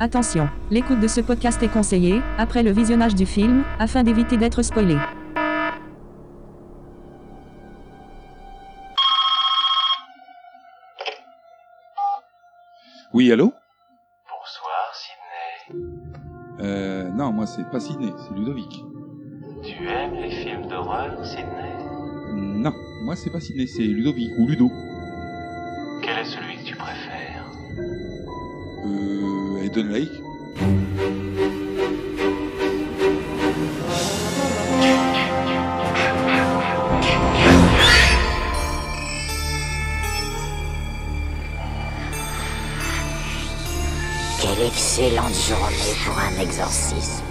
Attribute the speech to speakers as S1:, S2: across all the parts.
S1: Attention, l'écoute de ce podcast est conseillée, après le visionnage du film, afin d'éviter d'être spoilé.
S2: Oui, allô
S3: Bonsoir Sydney.
S2: euh, Non, moi c'est pas Sidney, c'est Ludovic.
S3: Tu aimes les films d'horreur, Sydney
S2: Non, moi c'est pas Sidney, c'est Ludovic ou Ludo.
S3: Quel est celui que tu préfères
S2: Euh, Eden Lake
S4: Quelle excellente journée pour un exorcisme.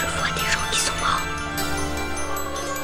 S4: Je vois des gens qui sont morts.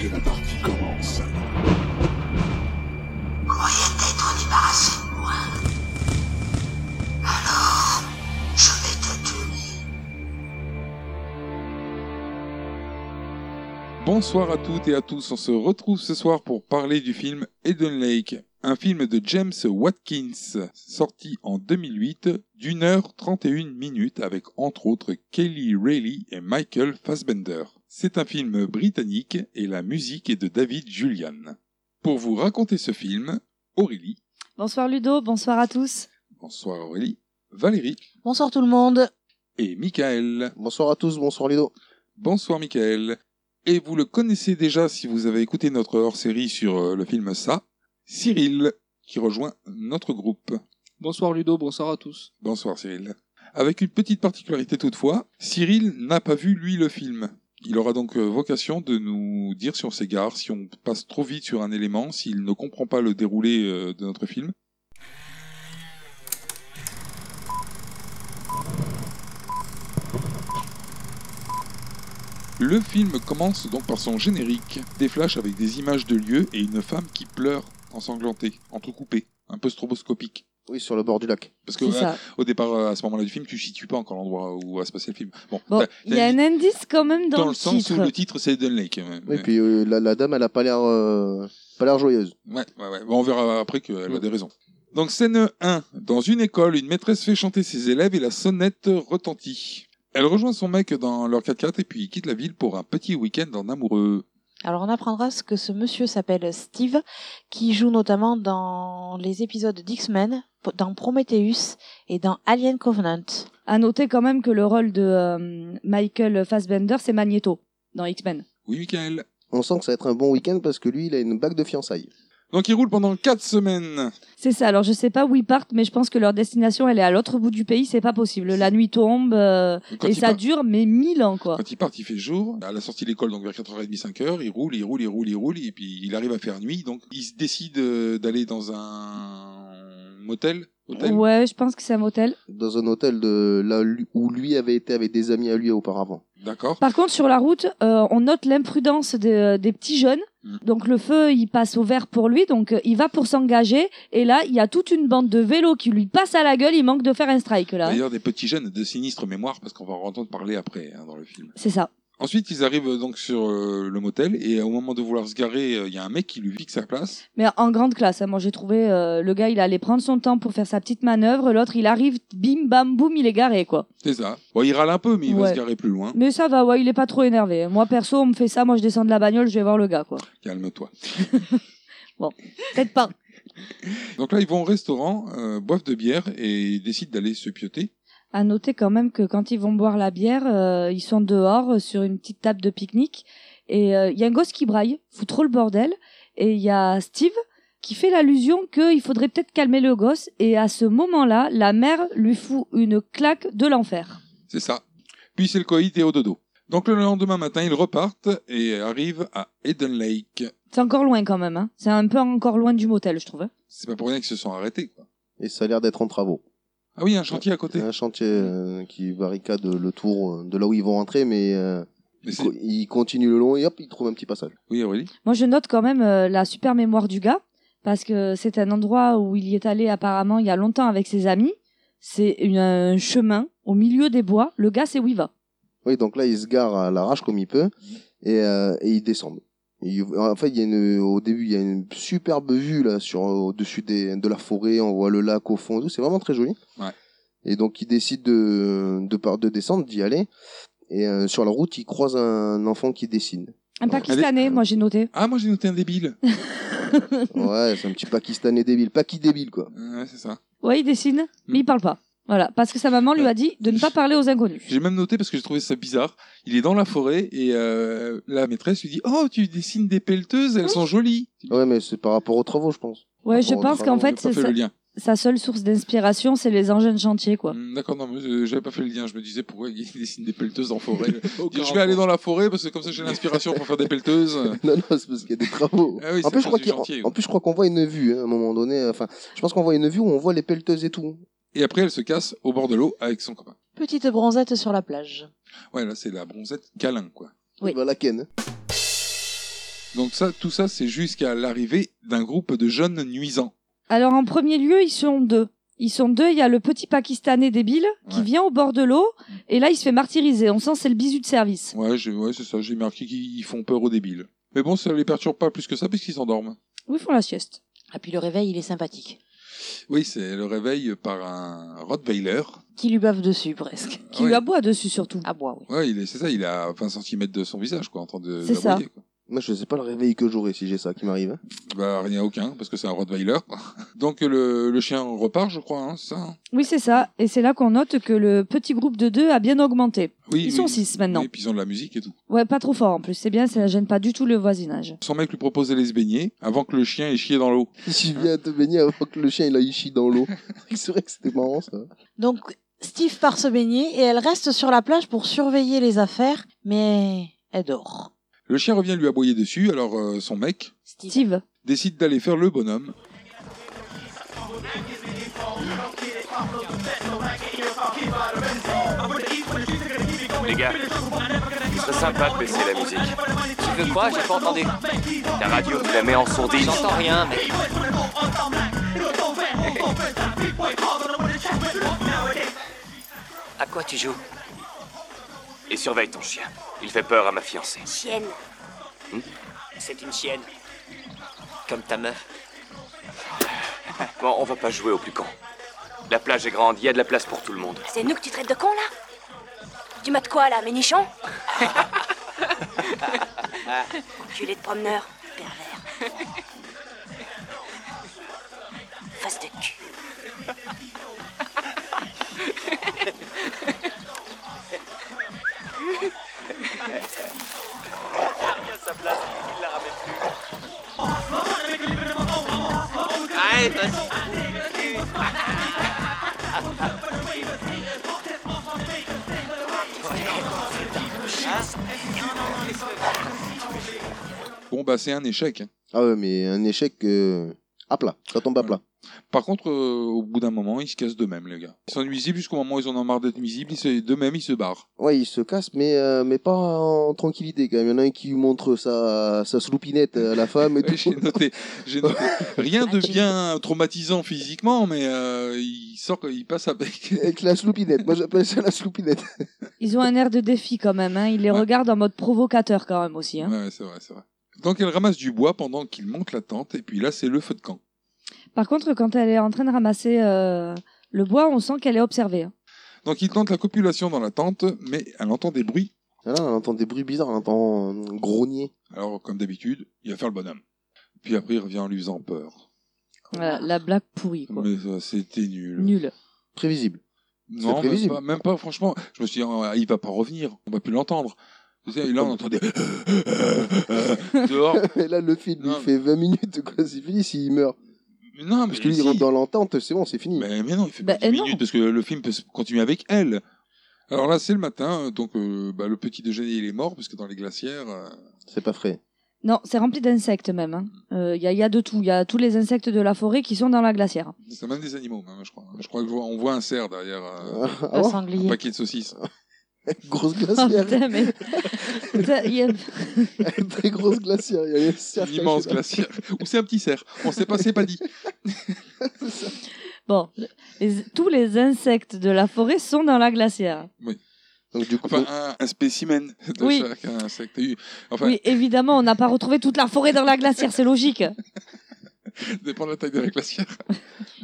S2: Et la partie commence.
S4: Croyez t'être débarrassé de moi. Alors, je vais te tuer.
S2: Bonsoir à toutes et à tous, on se retrouve ce soir pour parler du film Eden Lake, un film de James Watkins, sorti en 2008 d'une heure 31 minutes avec entre autres Kelly Reilly et Michael Fassbender. C'est un film britannique et la musique est de David Julian. Pour vous raconter ce film, Aurélie,
S5: Bonsoir Ludo, bonsoir à tous.
S2: bonsoir Aurélie, Valérie
S6: Bonsoir tout le monde.
S2: et Michael.
S7: Bonsoir à tous, bonsoir Ludo.
S2: Bonsoir Michael. Et vous le connaissez déjà si vous avez écouté notre hors-série sur euh, le film Ça, Cyril, qui rejoint notre groupe.
S8: Bonsoir Ludo, bonsoir à tous.
S2: Bonsoir Cyril. Avec une petite particularité toutefois, Cyril n'a pas vu lui le film. Il aura donc euh, vocation de nous dire si on s'égare, si on passe trop vite sur un élément, s'il ne comprend pas le déroulé euh, de notre film. Le film commence donc par son générique, des flashs avec des images de lieux et une femme qui pleure ensanglantée, entrecoupée, un peu stroboscopique.
S7: Oui, sur le bord du lac.
S2: Parce que
S5: C'est
S2: euh,
S5: ça.
S2: au départ, euh, à ce moment-là du film, tu situes pas encore l'endroit où va se passer le film. Bon,
S5: Bon,
S2: t'as-
S5: il y a
S2: bah, t'as-
S5: un indice quand même dans,
S2: dans
S5: le
S2: le sens
S5: titre.
S2: où le titre c'est Eden Lake. euh,
S7: Oui,
S2: mais-
S7: puis euh, la, la dame, elle a pas l'air, euh, pas l'air joyeuse.
S2: Ouais, ouais, ouais. Bon, on verra après qu'elle a
S7: Ouais.
S2: des raisons. Donc, scène 1. Dans une école, une maîtresse fait chanter ses élèves et la sonnette retentit. Elle rejoint son mec dans leur 4x4 et puis quitte la ville pour un petit week-end en amoureux.
S6: Alors on apprendra ce que ce monsieur s'appelle Steve, qui joue notamment dans les épisodes d'X-Men, po- dans Prometheus et dans Alien Covenant.
S5: À noter quand même que le rôle de euh, Michael Fassbender, c'est Magneto dans X-Men.
S2: Oui, Michael.
S7: On sent que ça va être un bon week-end parce que lui, il a une bague de fiançailles.
S2: Donc, ils roulent pendant 4 semaines.
S5: C'est ça. Alors je sais pas où ils partent, mais je pense que leur destination, elle est à l'autre bout du pays. C'est pas possible. La nuit tombe euh,
S2: Quand
S5: et
S2: ils
S5: ça
S2: partent-
S5: dure mais mille ans quoi.
S2: Quand il part, il fait jour. À la sortie de l'école, donc vers 4h30, 5h, il roule, il roule, il roule, il roule, et puis il arrive à faire nuit. Donc il se décide euh, d'aller dans un motel. Hôtel.
S5: Ouais, je pense que c'est un motel.
S7: Dans un hôtel de là lui- où lui avait été avec des amis à lui auparavant.
S2: D'accord.
S5: Par contre, sur la route, euh, on note l'imprudence de- des petits jeunes.
S2: Mm.
S5: Donc le feu, il passe au vert pour lui, donc euh, il va pour s'engager. Et là, il y a toute une bande de vélos qui lui passe à la gueule. Il manque de faire un strike là.
S2: D'ailleurs, des petits jeunes de sinistre mémoire, parce qu'on va en entendre parler après hein, dans le film.
S5: C'est ça.
S2: Ensuite, ils arrivent euh, donc sur euh, le motel, et au moment de vouloir se garer, euh, il y a un mec qui lui pique sa place.
S5: Mais en grande classe, hein. moi j'ai trouvé euh, le gars, il allait prendre son temps pour faire sa petite manœuvre. L'autre, il arrive, bim bam boum, il est garé quoi.
S2: C'est ça. Bon, il râle un peu, mais il va
S5: Ouais.
S2: se garer plus loin.
S5: Mais ça va, ouais, il est pas trop énervé. Moi perso, on me fait ça, moi je descends de la bagnole, je vais voir le gars quoi.
S2: Calme-toi.
S5: Peut-être pas.
S2: Donc là, ils vont au restaurant, euh, boivent de bière, et ils décident d'aller se pioter.
S5: À noter quand même que quand ils vont boire la bière, euh, ils sont dehors euh, sur une petite table de pique-nique et euh, il y a un gosse qui braille, fout trop le bordel et il y a Steve qui fait l'allusion qu'il faudrait peut-être calmer le gosse et à ce moment-là, la mère lui fout une claque de l'enfer.
S2: C'est ça. Puis c'est le coït et au dodo. Donc le lendemain matin, ils repartent et arrivent à Eden Lake.
S5: C'est encore loin quand même, hein. c'est un peu encore loin du motel je trouve. hein.
S2: C'est pas pour rien qu'ils se sont arrêtés. Quoi.
S7: Et ça a l'air d'être en travaux.
S2: Ah oui, un chantier à côté.
S7: Un chantier euh, qui barricade le tour euh, de là où ils vont entrer, mais euh,
S2: Mais c'est-
S7: co- il continue le long et hop, il trouve un petit passage.
S2: Oui, Aurélie
S5: Moi, je note quand même euh, la super mémoire du gars, parce que c'est un endroit où il y est allé apparemment il y a longtemps avec ses amis. C'est une- un chemin au milieu des bois. Le gars sait où il va.
S7: Oui, donc là, il se gare à l'arrache comme il peut
S2: Mhm.
S7: et, euh, et il descend. Il- en fait, il y a une, au début, il y a une superbe vue là sur au-dessus des- de la forêt. On voit le lac au fond, et tout. C'est vraiment très joli.
S2: Ouais.
S7: Et donc, il décide de de, par- de descendre, d'y aller. Et euh, sur la route, il croise un enfant qui dessine.
S5: Un Pakistanais, moi j'ai noté.
S2: Ah, moi j'ai noté un débile.
S7: Ouais, c'est un petit Pakistanais débile, Paki débile quoi.
S2: ouais, c'est ça.
S5: Ouais, il dessine, mais
S2: Hmm.
S5: il parle pas. Voilà, parce que sa maman lui a dit de ne pas parler aux inconnus.
S2: J'ai même noté parce que j'ai trouvé ça bizarre. Il est dans la forêt et euh, la maîtresse lui dit Oh, tu dessines des pelleteuses, elles sont jolies.
S7: Ouais, mais c'est par rapport aux travaux, je pense.
S5: Ouais, je
S7: Bon,
S5: pense
S7: enfin,
S5: qu'en
S7: on
S5: fait,
S2: J'ai pas
S5: c'est
S2: fait
S5: sa,
S2: le lien.
S5: sa seule source d'inspiration, c'est les engins de chantier, quoi.
S2: Hmm, D'accord, non, mais je- j'avais pas fait le lien. Je me disais pourquoi il dessine des pelleteuses en forêt.
S8: Aucun
S2: Dire, je vais
S8: rapport.
S2: aller dans la forêt parce que comme ça j'ai l'inspiration pour faire des pelleteuses.
S7: Non, non, c'est parce qu'il y a des travaux.
S2: Ah oui,
S7: en,
S2: c'est
S7: plus, je
S2: pour
S7: crois
S2: du
S7: qu'il- en-
S2: chantier,
S7: en plus, je crois qu'on voit une vue hein, à un moment donné. Enfin, je pense qu'on voit une vue où on voit les pelleteuses et tout.
S2: Et après, elle se casse au bord de l'eau avec son copain.
S6: Petite bronzette sur la plage.
S2: Ouais, là, c'est la bronzette câlin, quoi.
S6: Oui.
S7: Eh ben, la ken.
S2: Donc ça, tout ça, c'est jusqu'à l'arrivée d'un groupe de jeunes nuisants.
S5: Alors en premier lieu, ils sont deux. Ils sont deux, il y a le petit Pakistanais débile qui
S2: Ouais. Hmm.
S5: vient au bord de l'eau et là il se fait martyriser. On sent c'est le bisu de service.
S2: Ouais, je- ouais c'est ça, j'ai marqué qu'ils ils font peur aux débiles. Mais bon, ça les perturbe pas plus que ça puisqu'ils s'endorment.
S5: Oui, ils font la sieste.
S6: Ah, puis le réveil, il est sympathique.
S2: Oui, c'est le réveil par un Rottweiler.
S6: Qui lui bave dessus, presque.
S5: Qui lui
S2: ouais.
S5: aboie dessus surtout.
S6: À bois, oui.
S2: Ouais, il est- c'est ça, il est à 20 cm de son visage, quoi, en train de
S5: C'est ça.
S2: l'aboyer, quoi.
S7: Moi, je sais pas le réveil que j'aurai si j'ai ça qui m'arrive. hein.
S2: Bah, rien aucun, parce que c'est un Rottweiler. Donc le, le chien repart, je crois, hein, c'est ça hein
S5: Oui, c'est ça. Et c'est là qu'on note que le petit groupe de deux a bien augmenté.
S2: Oui,
S5: Ils sont
S2: oui.
S5: six maintenant.
S2: Oui, puis ils ont de la musique et tout.
S5: Ouais, pas trop fort en plus. C'est bien, ça gêne pas du tout le voisinage.
S2: Son mec lui propose d'aller se baigner avant que le chien ait chié dans l'eau.
S7: Tu viens te baigner avant que le chien il aille chier dans l'eau. C'est vrai que c'était marrant ça.
S6: Donc, Steve part se baigner et elle reste sur la plage pour surveiller les affaires, mais elle dort.
S2: Le chien revient lui aboyer dessus, alors euh, son mec
S5: Steve,
S2: décide d'aller faire le bonhomme.
S9: Les gars, je serais sympa de baisser la musique. Tu veux quoi J'ai pas entendu. La radio, tu la mets en sourdine. J'entends rien, mec. À quoi tu joues Et surveille ton chien. Il fait peur à ma fiancée.
S4: Chienne.
S9: C'est une chienne. Comme ta meuf. Bon, on va pas jouer au plus con. La plage est grande, il y a de la place pour tout le monde.
S4: C'est nous que tu traites de con, là Tu m'as de quoi, là, ménichon Culé de promeneur, pervers. Face de cul.
S2: Bon, bah c'est un échec.
S7: Ah ouais, mais un échec euh, à plat. Ça tombe à plat.
S2: Par contre, euh, au bout d'un moment, ils se cassent d'eux-mêmes, les gars. Ils sont nuisibles jusqu'au moment où ils en ont marre d'être nuisibles. Ils se- D'eux-mêmes, ils se barrent.
S7: Ouais, il se casse, mais, euh, mais pas en tranquillité quand même. Il y en a un qui lui montre sa, sa sloupinette à la femme et
S2: Ouais,
S7: tout.
S2: j'ai noté, j'ai noté. Rien de bien traumatisant physiquement, mais euh, il sort, il passe avec.
S7: Avec la sloupinette. Moi, j'appelle ça la sloupinette.
S5: ils ont un air de défi quand même. Hein. Ils les
S2: Ouais.
S5: regardent en mode provocateur quand même aussi. Hein.
S2: Ouais, c'est vrai, c'est vrai. Donc elle ramasse du bois pendant qu'il monte la tente, et puis là, c'est le feu de camp.
S5: Par contre, quand elle est en train de ramasser euh, le bois, on sent qu'elle est observée. hein.
S2: Donc il tente la copulation dans la tente, mais elle entend des bruits.
S7: Ah là, on entend des bruits bizarres, on entend euh, grogner.
S2: Alors, comme d'habitude, il va faire le bonhomme. Puis après, il revient en lui faisant peur.
S5: Voilà, la blague pourrie, quoi.
S2: Mais ça, c'était nul.
S5: Nulle.
S7: Prévisible.
S2: Non, même
S7: prévisible.
S2: pas, même pas, franchement. Je me suis dit, oh, il va pas revenir, on va plus l'entendre. Tu sais, Et là, on entendait euh, dehors.
S7: Et là, le film,
S2: Non.
S7: il fait 20 minutes, quoi. C'est fini s'il meurt.
S2: Mais non, mais
S7: Parce que lui,
S2: si.
S7: il rentre dans l'entente, c'est bon, c'est fini.
S2: mais, mais non, il fait
S5: Bah,
S2: pas 10
S5: non.
S2: minutes parce que le film peut se continuer avec elle. Alors là, c'est le matin, donc euh, bah, le petit déjeuner, il est mort parce que dans les glacières. euh,
S7: C'est pas frais.
S5: Non, c'est rempli d'insectes même. hein. Euh, Il y, a, il y a de tout. Il y a tous les insectes de la forêt qui sont dans la glacière.
S2: c'est même des animaux, même, je crois. Je crois qu'on voit un cerf derrière euh,
S7: Ah,
S6: Le
S7: ouais
S2: un
S6: sanglier. Ah,
S2: paquet de saucisses.
S7: Grosse
S5: Oh,
S7: glacière.
S5: putain, mais Ça, il y a-
S7: Une très grosse glacière. Il y a un cerf
S2: Une immense
S7: caché là.
S2: glacière. Ou c'est un petit cerf. On sait pas, c'est pas dit.
S5: Bon, les- tous les insectes de la forêt sont dans la glacière.
S7: Donc, du coup,
S2: Enfin, un, un spécimen de
S5: Oui.
S2: chaque insecte. Eu- Enfin,
S5: Oui, évidemment, on n'a pas retrouvé toute la forêt dans la glacière, c'est logique.
S2: dépend de la taille de la glacière.
S7: ouais,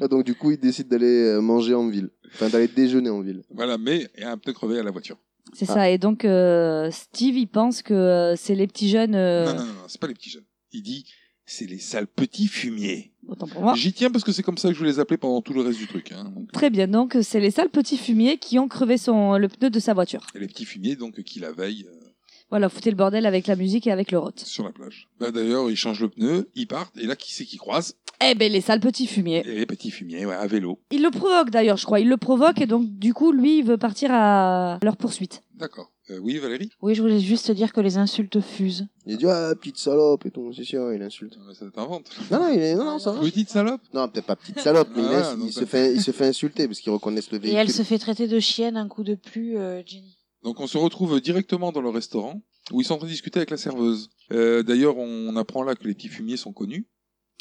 S7: ah, donc, du coup, il décide d'aller euh, manger en ville. Enfin, d'aller déjeuner en ville.
S2: Voilà, mais il y a un pneu crevé à la voiture.
S5: C'est ça, et donc euh, Steve, il pense que euh, c'est les petits jeunes... euh,
S2: Non, non, non, non, c'est pas les petits jeunes. Il dit, c'est les sales petits fumiers.
S5: Autant pour moi.
S2: J'y tiens parce que c'est comme ça que je voulais les appeler pendant tout le reste du truc. hein. Donc,
S5: Très bien, donc c'est les sales petits fumiers qui ont crevé son, le pneu de sa voiture.
S2: et les petits fumiers, donc, qui la veillent euh,
S5: Voilà, foutez le bordel avec la musique et avec le rot.
S2: sur la plage. Bah, D'ailleurs, ils changent le pneu, ils partent, et là, qui c'est qui croise
S5: Eh ben, les sales petits fumiers.
S2: Et les petits fumiers, ouais, à vélo.
S5: Il le provoque d'ailleurs, je crois. Il le provoque et donc, du coup, lui, il veut partir à leur poursuite.
S2: D'accord. Euh, oui, Valérie
S6: Oui, je voulais juste te dire que les insultes fusent.
S7: Il dit, ah, petite salope et tout. C'est sûr, il insulte.
S2: Euh, Ça t'invente.
S7: Non, non, il est... non, non, ça va.
S2: Petite salope
S7: Non, peut-être pas petite salope, mais il,
S2: Ah,
S7: ins-
S2: non,
S7: il
S2: ça-
S7: se fait, il se fait insulter parce qu'ils reconnaissent le
S6: Et
S7: véhicule.
S6: elle se fait traiter de chienne un coup de plus, euh, Jenny.
S2: Donc on se retrouve directement dans le restaurant où ils sont en train de discuter avec la serveuse. Euh, D'ailleurs, on apprend là que les petits fumiers sont connus.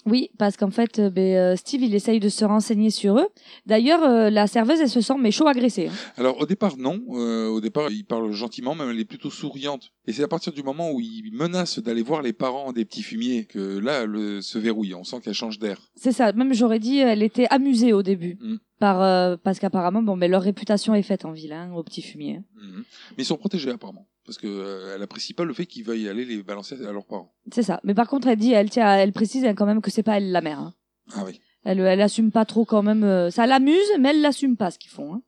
S5: Oui, parce qu'en fait, euh, ben, euh, Steve, il essaye de se renseigner sur eux. D'ailleurs, euh, la serveuse, elle se sent mais chaud agressée. hein.
S2: Alors au départ, non. Euh, au départ, ils parlent gentiment, même elle est plutôt souriante. Et c'est à partir du moment où ils menacent d'aller voir les parents des petits fumiers que là, le, se verrouille. On sent qu'elle change d'air.
S5: C'est ça, même j'aurais dit, elle était amusée au début.
S2: Mm.
S5: Par, euh, parce qu'apparemment, bon, mais leur réputation est faite en ville, hein, aux petits fumiers.
S2: Mhm. Mais ils sont protégés apparemment. Parce que euh, elle apprécie pas le fait qu'ils veuillent aller les balancer à leurs parents.
S5: C'est ça. Mais par contre, elle dit, elle, tient, elle précise hein, quand même que c'est pas elle la mère. hein.
S2: Ah oui.
S5: Elle, elle assume pas trop quand même. euh, Ça l'amuse, mais elle l'assume pas ce qu'ils font. hein.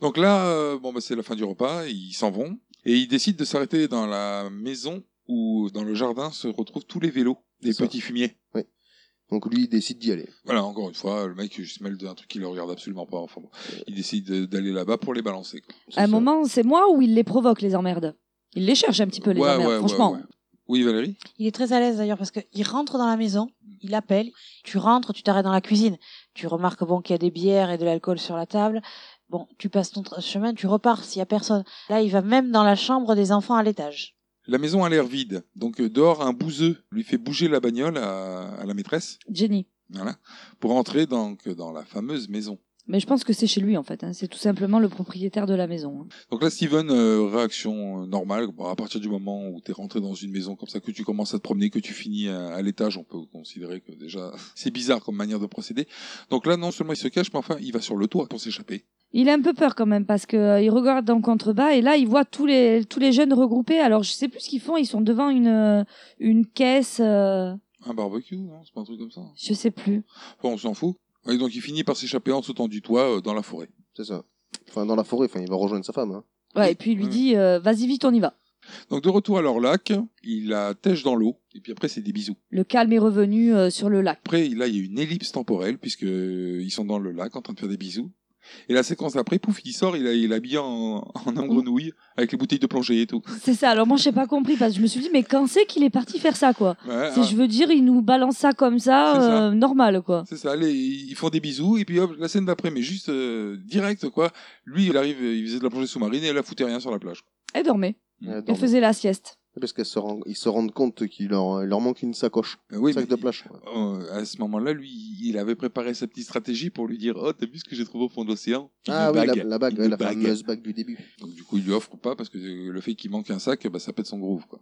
S2: Donc là, euh, bon, bah, c'est la fin du repas, ils s'en vont, et ils décident de s'arrêter dans la maison où, dans le jardin, se retrouvent tous les vélos des
S7: C'est ça.
S2: petits fumiers.
S7: Donc, lui, il décide d'y aller.
S2: Voilà, encore une fois, le mec, il se mêle d'un truc qui le regarde absolument pas. Enfin bon, il décide de- d'aller là-bas pour les balancer. quoi.
S7: C'est
S5: À un
S7: ça.
S5: moment, c'est moi où il les provoque, les emmerdes. Il les cherche un petit peu, les
S2: Ouais,
S5: emmerdes,
S2: ouais, ouais,
S5: franchement.
S2: ouais. Oui, Valérie
S6: Il est très à l'aise d'ailleurs parce qu'il rentre dans la maison, il appelle, tu rentres, tu t'arrêtes dans la cuisine, tu remarques bon qu'il y a des bières et de l'alcool sur la table, bon tu passes ton tra- chemin, tu repars s'il y a personne. Là il va même dans la chambre des enfants à l'étage.
S2: La maison a l'air vide, donc euh, dehors, un bouseux lui fait bouger la bagnole à, à la maîtresse,
S5: Jenny.
S2: voilà, pour entrer donc dans la fameuse maison.
S5: Mais je pense que c'est chez lui, en fait. hein. C'est tout simplement le propriétaire de la maison. hein.
S2: Donc là, Steven, euh, réaction euh, normale. Bon, à partir du moment où tu es rentré dans une maison comme ça, que tu commences à te promener, que tu finis à, à l'étage, on peut considérer que déjà c'est bizarre comme manière de procéder. Donc là, non seulement il se cache, mais enfin, il va sur le toit pour s'échapper.
S5: Il a un peu peur quand même parce que euh, il regarde dans le contrebas et là il voit tous les tous les jeunes regroupés. Alors je sais plus ce qu'ils font. Ils sont devant une euh, une caisse. euh,
S2: Un barbecue, non C'est pas un truc comme ça.
S5: je sais plus.
S2: Enfin, on s'en fout. Et donc il finit par s'échapper en sautant du toit euh, dans la forêt.
S7: C'est ça. Enfin, dans la forêt, enfin, il va rejoindre sa femme. Hein.
S5: Ouais. Et puis il lui
S2: Ouais.
S5: dit euh, vas-y vite on y va.
S2: Donc de retour à leur lac, il la tèche dans l'eau, et puis après, c'est des bisous.
S5: Le calme est revenu euh, sur le lac.
S2: Après, là, il y a une ellipse temporelle, puisque euh, ils sont dans le lac en train de faire des bisous. Et la séquence d'après, pouf, il sort, il est il est habillé en, en grenouille, avec les bouteilles de plongée et tout.
S5: C'est ça. Alors moi j'ai pas compris parce que je me suis dit mais quand c'est qu'il est parti faire ça quoi.
S2: Ouais,
S5: Si
S2: ouais,
S5: je veux dire il nous balance ça comme ça,
S2: C'est ça.
S5: euh, normal quoi.
S2: C'est ça, les- ils font des bisous, et puis hop, la scène d'après, mais juste euh, direct, quoi. Lui, il arrive, il faisait de la plongée sous-marine, et elle la foutait rien sur la plage.
S5: Elle dormait.
S2: Mm.
S7: Elle
S5: Elle
S7: dormait.
S5: faisait la sieste.
S7: Parce qu'ils se, rend- ils se rendent compte qu'il leur... il leur manque une sacoche.
S2: Euh, oui,
S7: sac
S2: mais-
S7: de plage. ouais.
S2: euh, à ce moment-là, lui, il avait préparé sa petite stratégie pour lui dire, oh, t'as vu ce que j'ai trouvé au fond de l'océan Une
S7: Ah oui, la, la bague,
S2: une
S7: ouais, la fameuse bague du début.
S2: Donc du coup, il lui offre pas parce que euh, le fait qu'il manque un sac, bah, ça pète son groove. Quoi.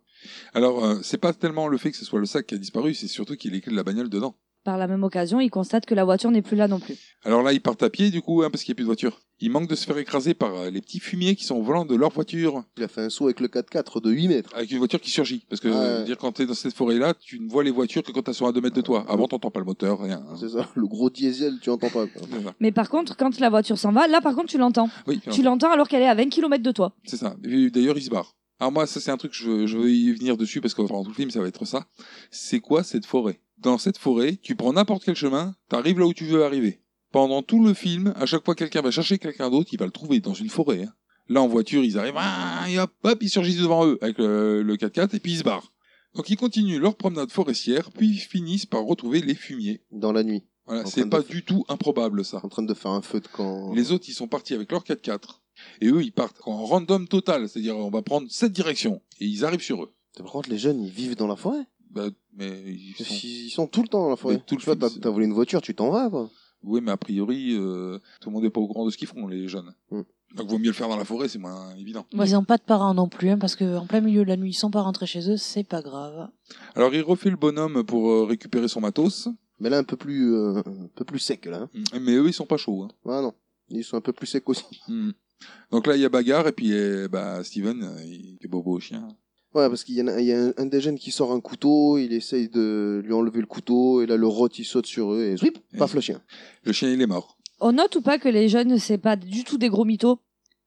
S2: Alors, euh, c'est pas tellement le fait que ce soit le sac qui a disparu, c'est surtout qu'il y ait les clés de la bagnole dedans.
S5: Par la même occasion il constate que la voiture n'est plus là non plus.
S2: Alors là, ils partent à pied du coup, hein, parce qu'il n'y a plus de voiture. Il manque de se faire écraser par euh, les petits fumiers qui sont au volant de leur voiture,
S7: Il a fait un saut avec le 4x4 de 8 mètres.
S2: avec une voiture qui surgit. Parce que
S7: Ouais.
S2: euh, dire quand t'es dans cette forêt-là, tu ne vois les voitures que quand elles sont à 2 mètres de toi. Avant, t'entends pas le moteur, rien. hein.
S7: C'est ça, le gros diesel, tu entends pas. quoi.
S2: C'est ça.
S5: Mais par contre quand la voiture s'en va là par contre tu l'entends.
S2: Oui,
S5: Tu l'entends alors qu'elle est à 20 km de toi.
S2: c'est ça. Et puis, D'ailleurs, il se barre. Alors moi, ça c'est un truc, je veux, je veux y venir dessus parce que pendant tout le film, ça va être ça. C'est quoi cette forêt Dans cette forêt, tu prends n'importe quel chemin, t'arrives là où tu veux arriver. Pendant tout le film, à chaque fois que quelqu'un va chercher quelqu'un d'autre, il va le trouver dans une forêt. hein. Là, en voiture, ils arrivent, ah, et hop, hop, ils surgissent devant eux avec le, le 4x4 et puis ils se barrent. Donc ils continuent leur promenade forestière, puis ils finissent par retrouver les fumiers.
S7: Dans la nuit,
S2: Voilà,
S7: En
S2: c'est
S7: train de
S2: pas
S7: f-
S2: du tout improbable ça.
S7: en train de faire un feu de camp.
S2: Les autres, ils sont partis avec leur 4x4. Et eux, ils partent en random total, c'est-à-dire on va prendre cette direction. Et ils arrivent sur eux.
S7: Par contre, les jeunes, ils vivent dans la forêt.
S2: Bah, mais ils
S7: Ils
S2: sont-
S7: sont, tout le temps dans la forêt.
S2: Mais tout le
S7: Tu vois,
S2: film,
S7: t'as
S2: c'est-
S7: t'as volé une voiture, tu t'en vas, quoi.
S2: Oui, mais a priori, euh, tout le monde n'est pas au courant de ce qu'ils font, les jeunes.
S7: Mm.
S2: Donc vaut mieux le faire dans la forêt, c'est moins évident.
S6: Ils n'ont pas de parents non plus, hein, parce que en plein milieu de la nuit, ils sont pas rentrés chez eux, c'est pas grave.
S2: Alors il refait le bonhomme pour euh, récupérer son matos,
S7: Mais là, un peu plus, euh, un peu plus sec, là. hein.
S2: mais eux, ils sont pas chauds. hein.
S7: Ah non. Ils sont un peu plus secs aussi.
S2: Mm. Donc là, il y a bagarre, et puis euh, bah, Steven, euh, il est bobo au chien.
S7: Ouais, parce qu'il y en a, il y a un, un des jeunes qui sort un couteau, il essaye de lui enlever le couteau, et là, le rot, il saute sur eux, et zwip,
S2: Et
S7: paf, le chien.
S2: Le chien, il est mort.
S5: On note ou pas que les jeunes, c'est pas du tout des gros mythos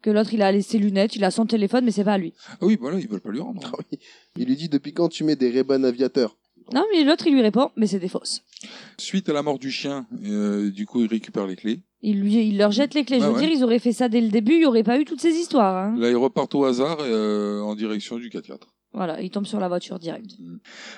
S5: Que l'autre, il a ses lunettes, il a son téléphone, mais c'est pas à lui.
S2: Ah oui, voilà, ils veulent pas lui rendre.
S7: Ah oui. Il lui dit, depuis quand tu mets des Reban aviateurs
S5: Non, mais l'autre, il lui répond, mais c'est des fausses.
S2: Suite à la mort du chien, euh, du coup, il récupère les clés.
S5: Il, lui, il leur jette les clés.
S2: Ouais,
S5: je veux
S2: ouais.
S5: dire, ils auraient fait ça dès le début, il n'y aurait pas eu toutes ces histoires. hein.
S2: Là, ils repartent au hasard euh, en direction du 4x4.
S5: Voilà, ils tombent sur la voiture direct.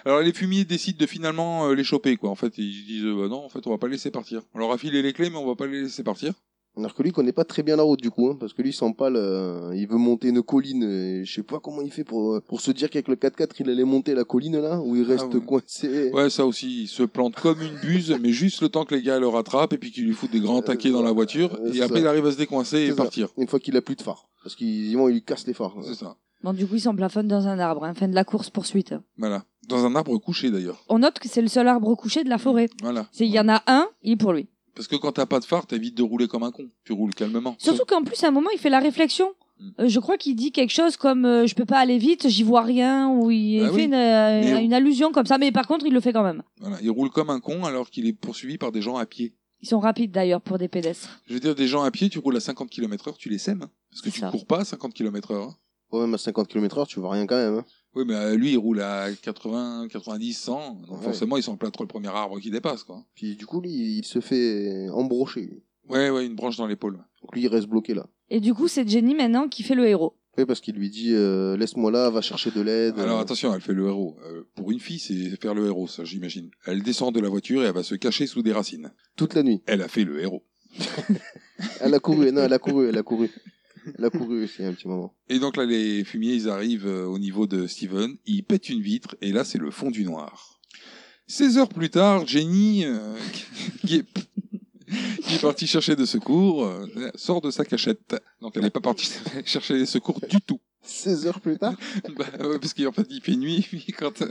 S2: Alors les fumiers décident de finalement euh, les choper quoi. En fait ils disent euh, bah non en fait on va pas les laisser partir. On leur a filé les clés mais on va pas les laisser partir.
S7: Alors que lui, il connaît pas très bien la route, du coup, hein, parce que lui, il sent pas le, il veut monter une colline, et je sais pas comment il fait pour, euh, pour se dire qu'avec le 4x4, il allait monter la colline, là, où il reste
S2: Ah ouais.
S7: coincé.
S2: Ouais ça aussi ils se plantent comme une buse mais juste le temps que les gars le rattrapent et puis qu'ils lui foutent des grands taquets dans la voiture
S7: Euh, c'est
S2: et après
S7: ça.
S2: il arrive à se décoincer et
S7: C'est ça.
S2: partir.
S7: Une fois qu'il a plus de phare. Parce qu'il bon, il lui casse les phares.
S2: C'est ça.
S5: Bon, du coup, ils s'en plafonnent dans un arbre, hein, fin de la course-poursuite.
S2: Voilà. Dans un arbre couché d'ailleurs.
S5: On note que c'est le seul arbre couché de la forêt.
S2: Voilà.
S5: C'est- Il y en a un, il est pour lui.
S2: Parce que quand t'as pas de phare t'évites de rouler comme un con. Tu roules calmement.
S5: Surtout qu'en plus, à un moment, il fait la réflexion.
S2: Mm.
S5: Euh, je crois qu'il dit quelque chose comme euh, je peux pas aller vite, j'y vois rien, ou il
S2: Ah
S5: fait
S2: oui.
S5: une, euh,
S2: Mais-
S5: une allusion comme ça, mais par contre, il le fait quand même.
S2: Voilà. Il roule comme un con alors qu'il est poursuivi par des gens à pied.
S5: Ils sont rapides d'ailleurs pour des pédestres.
S2: Je veux dire des gens à pied tu roules à 50 km heure tu les sèmes. hein. Parce que
S5: C'est
S2: tu
S5: ça.
S2: cours pas à 50 km heure. hein.
S7: Ouais, même à 50 km heure, tu vois rien quand même, hein.
S2: Oui, mais euh, lui, il roule à 80, 90, 100. Donc
S7: Ouais.
S2: forcément, ils sont plâtre le premier arbre qui dépasse, quoi.
S7: Puis, du coup, lui, il se fait embrocher, lui.
S2: Ouais, ouais, une branche dans l'épaule.
S7: Donc, lui, il reste bloqué là.
S5: Et du coup, c'est Jenny maintenant qui fait le héros.
S7: Oui, parce qu'il lui dit, euh, laisse-moi là, va chercher de l'aide.
S2: Alors
S7: Euh,
S2: attention, elle fait le héros. Euh, pour une fille, c'est faire le héros, ça, j'imagine. Elle descend de la voiture et elle va se cacher sous des racines.
S7: Toute la nuit.
S2: Elle a fait le héros.
S7: Elle a couru, non, elle a couru, elle a couru. Elle a couru aussi un petit moment.
S2: Et donc là, les fumiers, ils arrivent euh, au niveau de Steven. Ils pètent une vitre et là, c'est le fond du noir. 16 heures plus tard, Jenny, euh, qui, est, qui est partie chercher des secours, euh, sort de sa cachette. Donc elle n'est pas partie chercher des secours du tout.
S7: 16 heures plus tard.
S2: Bah, ouais, parce qu'en fait, il fait nuit, puis quand, euh,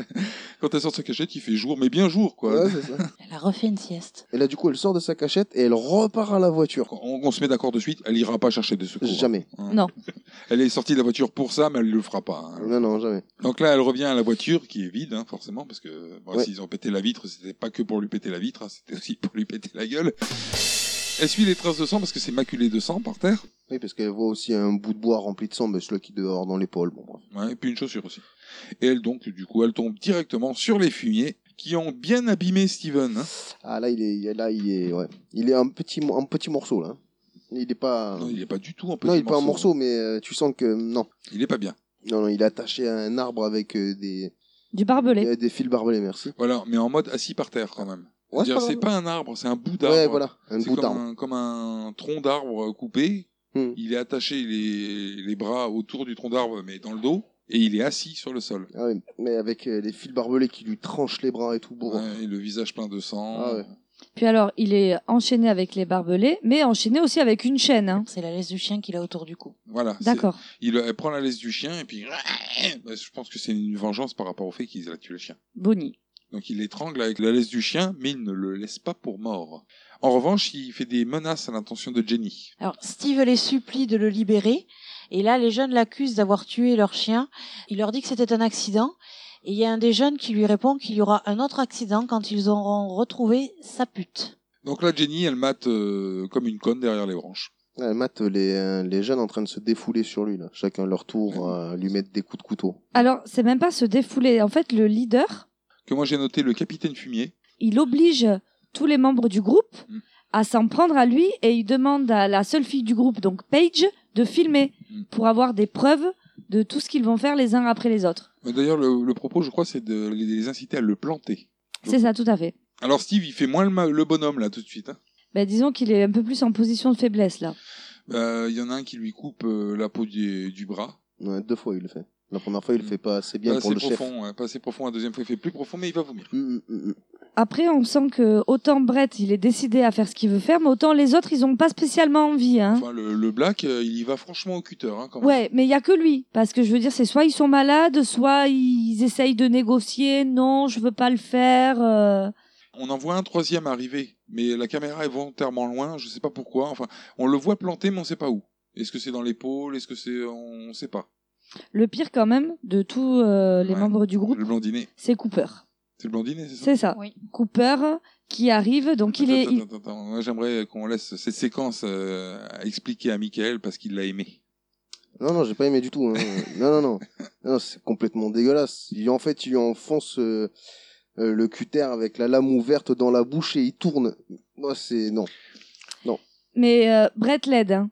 S2: quand elle sort de sa cachette, il fait jour, mais bien jour, quoi.
S7: Ouais, c'est ça.
S6: Elle a refait une sieste.
S7: Et là, du coup, elle sort de sa cachette et elle repart à la voiture.
S2: On, on se met d'accord de suite, elle ira pas chercher de secours.
S7: Jamais.
S2: Hein.
S5: Non.
S2: Elle est sortie de la voiture pour ça, mais elle le fera pas. hein.
S7: Non, non, jamais.
S2: Donc là, elle revient à la voiture qui est vide, hein, forcément, parce que bon,
S7: Ouais.
S2: s'ils ont pété la vitre, c'était pas que pour lui péter la vitre, hein, c'était aussi pour lui péter la gueule. Elle suit les traces de sang parce que c'est maculé de sang par terre.
S7: Oui, parce qu'elle voit aussi un bout de bois rempli de sang, mais celui qui dehors dans l'épaule. Bon, bref.
S2: Ouais, hein, et puis une chaussure aussi. Et elle, donc, du coup, elle tombe directement sur les fumiers qui ont bien abîmé Steven. hein.
S7: Ah, là, il est, là, il est, ouais. Il est un petit, mo- un petit morceau, là. Il est pas.
S2: Non, il est pas du tout en petit
S7: Non, il est pas un morceau, mais euh, tu sens que non.
S2: Il est pas bien.
S7: Non, non, il est attaché à un arbre avec euh, des,
S5: Du barbelé.
S7: euh, des fils barbelés, merci.
S2: Voilà, mais en mode assis par terre quand même.
S7: Ouais,
S2: C'est-à-dire,
S7: c'est
S2: c'est
S7: pas
S2: pas un arbre, c'est un bout
S7: grave.
S2: d'arbre.
S7: Ouais, voilà, un
S2: C'est
S7: bout
S2: comme
S7: d'arbre.
S2: un, comme un tronc d'arbre coupé.
S7: Hmm.
S2: Il est attaché les, les bras autour du tronc d'arbre, mais dans le dos, et il est assis sur le sol.
S7: Ah ouais, mais avec euh, les fils barbelés qui lui tranchent les bras et tout, bourrin.
S2: Ouais, et le visage plein de sang.
S7: Ah ouais.
S5: Puis alors, il est enchaîné avec les barbelés, mais enchaîné aussi avec une chaîne. hein.
S6: C'est la laisse du chien qu'il a autour du cou.
S2: Voilà. c'est-
S5: D'accord.
S2: Il elle prend la laisse du chien et puis. Bah, Je pense que c'est une vengeance par rapport au fait qu'ils a tué le chien.
S5: Bonnie.
S2: Donc il l'étrangle avec la laisse du chien, mais il ne le laisse pas pour mort. En revanche, il fait des menaces à l'intention de Jenny.
S6: Alors, Steve les supplie de le libérer. Et là, les jeunes l'accusent d'avoir tué leur chien. Il leur dit que c'était un accident. Et il y a un des jeunes qui lui répond qu'il y aura un autre accident quand ils auront retrouvé sa pute.
S2: Donc là, Jenny, elle mate euh, comme une conne derrière les branches.
S7: Elle mate les, euh, les jeunes en train de se défouler sur lui, là. Chacun leur tour, euh, lui mettre des coups de couteau.
S5: Alors, c'est même pas se défouler. En fait, le leader,
S2: Que moi j'ai noté le capitaine fumier.
S5: il oblige tous les membres du groupe
S2: Mm.
S5: à s'en prendre à lui et il demande à la seule fille du groupe, donc Paige, de filmer
S2: Mm.
S5: pour avoir des preuves de tout ce qu'ils vont faire les uns après les autres.
S2: Mais D'ailleurs, le, le propos, je crois, c'est de les inciter à le planter.
S5: C'est ça, tout à fait.
S2: Alors Steve, il fait moins le, ma- le bonhomme là tout de suite. hein.
S5: Ben, disons qu'il est un peu plus en position de faiblesse là.
S2: Euh, Il y en a un qui lui coupe euh, la peau du, du bras.
S7: Ouais, deux fois il le fait. La première fois il le fait pas assez bien
S2: Pas
S7: pour
S2: assez
S7: le chef.
S2: profond, Mm. ouais, pas assez profond. La deuxième fois, il fait plus profond, mais il va vomir.
S7: Mm, mm, mm.
S5: Après, on sent que autant Brett, il est décidé à faire ce qu'il veut faire, mais autant les autres, ils ont pas spécialement envie. Hein.
S2: Enfin, le, le black, euh, il y va franchement au cutter. Hein, quand même.
S5: Ouais, mais il y a que lui, parce que je veux dire, c'est soit ils sont malades, soit ils essayent de négocier. Non, je veux pas le faire. euh.
S2: On en voit un troisième arriver, mais la caméra est volontairement loin. Je sais pas pourquoi. Enfin, on le voit planter, mais on sait pas où. Est-ce que c'est dans l'épaule Est-ce que c'est On sait pas.
S5: Le pire quand même de tous euh, les
S2: Ouais.
S5: membres du groupe,
S2: Le blondinet.
S5: c'est Cooper.
S2: C'est le blondinet, c'est ça
S5: C'est ça.
S6: Oui.
S5: Cooper qui arrive, donc il est.
S2: Attends,
S5: il-
S2: attends, attends, attends. Moi, J'aimerais qu'on laisse cette séquence euh, à expliquer à Michael parce qu'il l'a aimé.
S7: Non, non, j'ai pas aimé du tout. hein. non, non, non. Non, c'est complètement dégueulasse. Il, en fait, il enfonce euh, euh, le cutter avec la lame ouverte dans la bouche et il tourne. Moi, c'est. Non.
S5: Mais euh, Brett l'aide, hein.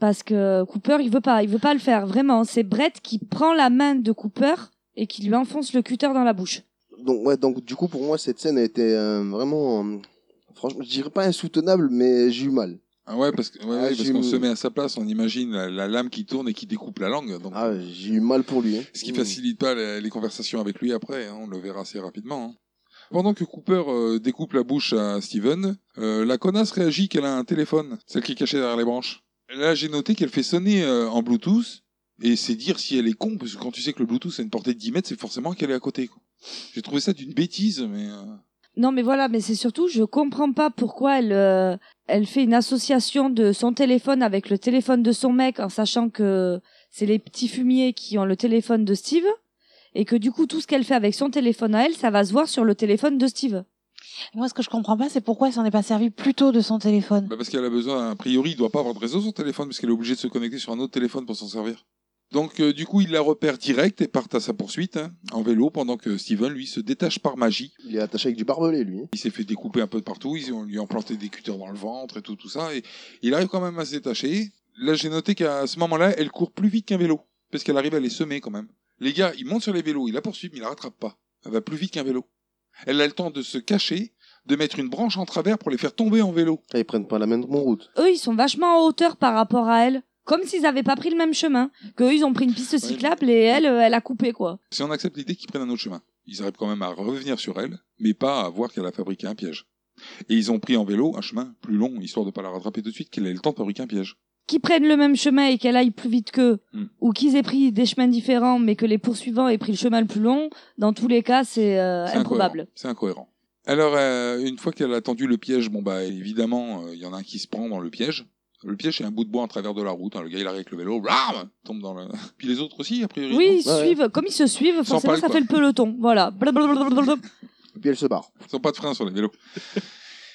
S5: parce que Cooper, il veut pas, il veut pas le faire vraiment. C'est Brett qui prend la main de Cooper et qui lui enfonce le cutter dans la bouche.
S7: Donc, ouais, donc, du coup, pour moi, cette scène a été euh, vraiment. euh, franchement, je dirais pas insoutenable, mais j'ai eu mal.
S2: Ah ouais, parce que- ouais,
S7: Ah,
S2: ouais, parce
S7: j'ai-
S2: qu'on se met à sa place, on imagine la, la lame qui tourne et qui découpe la langue. Donc,
S7: Ah, j'ai eu mal pour lui. hein.
S2: Ce qui
S7: Mm.
S2: facilite pas les, les conversations avec lui après, hein, on le verra assez rapidement. hein. Pendant que Cooper euh, découpe la bouche à Steven, euh, la connasse réagit qu'elle a un téléphone, celle qui est cachée derrière les branches. Là, j'ai noté qu'elle fait sonner euh, en Bluetooth, et c'est dire si elle est con, parce que quand tu sais que le Bluetooth a une portée de 10 mètres, c'est forcément qu'elle est à côté. quoi. J'ai trouvé ça d'une bêtise, mais... euh,
S5: Non, mais voilà, mais c'est surtout, je comprends pas pourquoi elle, euh, elle fait une association de son téléphone avec le téléphone de son mec, en sachant que c'est les petits fumiers qui ont le téléphone de Steve, et que du coup, tout ce qu'elle fait avec son téléphone à elle, ça va se voir sur le téléphone de Steve.
S6: Moi, ce que je comprends pas, c'est pourquoi elle s'en est pas servi plus tôt de son téléphone.
S2: Bah parce qu'elle a besoin, a priori, il doit pas avoir de réseau son téléphone, parce qu'elle est obligée de se connecter sur un autre téléphone pour s'en servir. Donc, euh, du coup, il la repère direct et part à sa poursuite, hein, en vélo, pendant que Steven, lui, se détache par magie.
S7: Il est attaché avec du barbelé, lui. hein.
S2: Il s'est fait découper un peu de partout, ils ont, lui ont planté des cutters dans le ventre et tout, tout ça, et il arrive quand même à se détacher. Là, j'ai noté qu'à ce moment-là, elle court plus vite qu'un vélo, parce qu'elle arrive à les semer quand même. Les gars, ils montent sur les vélos, ils la poursuivent, mais ils la rattrapent pas. Elle va plus vite qu'un vélo. Elle a le temps de se cacher, de mettre une branche en travers pour les faire tomber en vélo.
S7: Ah, Ils prennent pas la même route.
S5: eux, ils sont vachement en hauteur par rapport à elle. Comme s'ils n'avaient pas pris le même chemin. Qu'eux, ils ont pris une piste cyclable et elle, euh, elle a coupé, quoi.
S2: Si on accepte l'idée qu'ils prennent un autre chemin, ils arrivent quand même à revenir sur elle, mais pas à voir qu'elle a fabriqué un piège. Et ils ont pris en vélo un chemin plus long, histoire de pas la rattraper tout de suite, qu'elle ait le temps de fabriquer un piège.
S5: Qu'ils prennent le même chemin et qu'elle aille plus vite qu'eux,
S2: Hmm.
S5: ou qu'ils aient pris des chemins différents, mais que les poursuivants aient pris le chemin le plus long, dans tous les cas, c'est euh,
S2: C'est
S5: improbable.
S2: incohérent, C'est incohérent. Alors, euh, une fois qu'elle a tendu le piège, bon bah évidemment, euh, il y en a un qui se prend dans le piège. Le piège, c'est un bout de bois en travers de la route. hein. Le gars, il arrive avec le vélo, blam, tombe dans le... Puis les autres aussi, a priori.
S5: Oui, ils
S7: Ouais, ouais.
S5: suivent, comme ils se suivent,
S2: Sans
S5: forcément,
S2: parler,
S5: ça
S2: quoi.
S5: fait le peloton. Voilà. Blablabla.
S7: Et puis elle se barre.
S2: Ils n'ont pas de frein sur les vélos.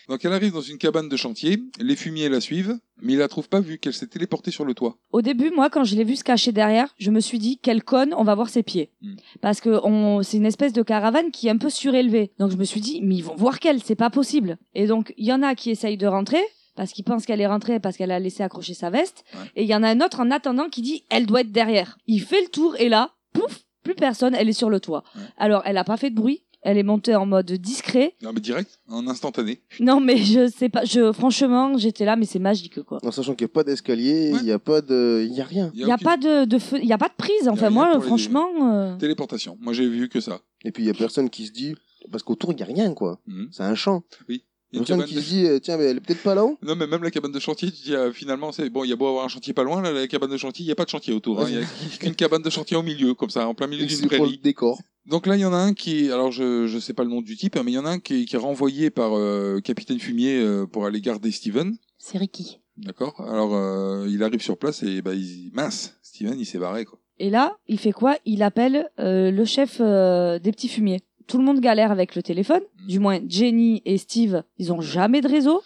S2: Donc elle arrive dans une cabane de chantier, les fumiers la suivent, mais ils la trouvent pas vu qu'elle s'est téléportée sur le toit.
S5: Au début, moi, quand je l'ai vu se cacher derrière, je me suis dit, quelle conne, on va voir ses pieds.
S2: Hmm.
S5: Parce que on, c'est une espèce de caravane qui est un peu surélevée. Donc je me suis dit, mais ils vont voir qu'elle, c'est pas possible. Et donc, il y en a qui essayent de rentrer, parce qu'ils pensent qu'elle est rentrée, parce qu'elle a laissé accrocher sa veste.
S2: Ouais.
S5: Et il y en a un autre en attendant qui dit, elle doit être derrière. Il fait le tour, et là, pouf, plus personne, elle est sur le toit.
S2: Ouais.
S5: Alors, elle a pas fait de bruit. Elle est montée en mode discret.
S2: Non mais direct, en instantané.
S5: Non, mais je sais pas, je, franchement, j'étais là, mais c'est magique, quoi.
S7: En sachant qu'il n'y a pas d'escalier, il
S2: Ouais.
S7: n'y a pas de. Il n'y a rien.
S5: Il n'y a,
S2: aucune
S5: pas de, de feu, il y a pas de prise. Enfin,
S2: rien
S5: moi,
S2: pour les-
S5: franchement. euh,
S2: Téléportation. Moi j'ai vu que ça.
S7: Et puis il n'y a personne qui se dit. Parce qu'autour, il n'y a rien, quoi.
S2: Mhm.
S7: C'est un champ.
S2: Il y a une
S7: personne
S2: cabane
S7: qui
S2: de-
S7: se dit, euh, tiens, mais elle est peut-être pas là-haut.
S2: Non mais même la cabane de chantier, tu dis ah, finalement c'est bon, il y a beau avoir un chantier pas loin, là, la cabane de chantier, il n'y a pas de chantier autour, hein. il y a qu'une cabane de chantier au milieu, comme ça, en plein milieu d'une
S7: C'est pour le
S2: prairie.
S7: décor.
S2: Donc là il y en a un qui, est- alors je je sais pas le nom du type, hein, mais il y en a un qui, est- qui est renvoyé par euh, Capitaine Fumier euh, pour aller garder Steven,
S6: C'est Ricky.
S2: d'accord Alors euh, il arrive sur place et bah il mince, Steven il s'est barré quoi.
S5: Et là, il fait quoi Il appelle euh, le chef euh, des petits fumiers. Tout le monde galère avec le téléphone. Du moins, Jenny et Steve, ils ont jamais de réseau.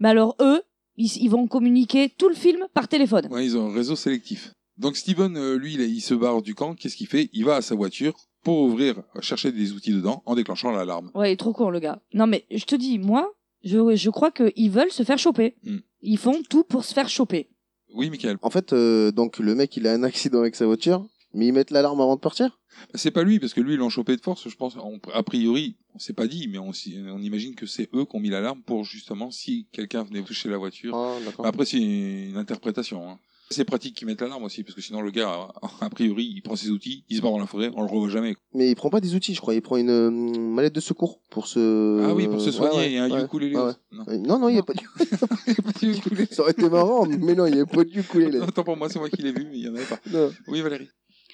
S5: Mais alors, eux, ils, ils vont communiquer tout le film par téléphone.
S2: Ouais, ils ont un réseau sélectif. Donc Steven, euh, lui, il, est- il se barre du camp. Qu'est-ce qu'il fait Il va à sa voiture pour ouvrir, chercher des outils dedans, en déclenchant l'alarme.
S5: Ouais, il est trop court, le gars. Non, mais je te dis, moi, je, je crois qu'ils veulent se faire choper.
S2: Mm.
S5: Ils font tout pour se faire choper.
S2: Oui, Michael.
S7: En fait, euh, donc le mec, il a un accident avec sa voiture. Mais ils mettent l'alarme avant de partir
S2: C'est pas lui, parce que lui, ils l'ont chopé de force, je pense. on- a priori, on s'est pas dit, mais on, s'y- on imagine que c'est eux qui ont mis l'alarme pour justement si quelqu'un venait toucher la voiture.
S7: Ah, d'accord.
S2: Mais Après, c'est une interprétation. hein. C'est pratique qu'ils mettent l'alarme aussi, parce que sinon, le gars, a priori, il prend ses outils, il se barre dans la forêt, on le revoit jamais.
S7: Mais il prend pas des outils, je crois. Il prend une euh, mallette de secours pour se.
S2: ah oui, pour se soigner,
S7: Euh, Ouais, ouais,
S2: il y a un
S7: ouais.
S2: ukulélé.
S7: Ouais, ouais.
S2: aussi. Non.
S7: Euh, Non, non, il n'y a pas de
S2: Il y a pas de ukulélé.
S7: Ça aurait été marrant, mais non, il n'y avait pas de ukulélé.
S2: Autant pour moi, c'est moi qui l'ai vu, mais il y en avait pas.
S7: Non.
S2: Oui, Valérie.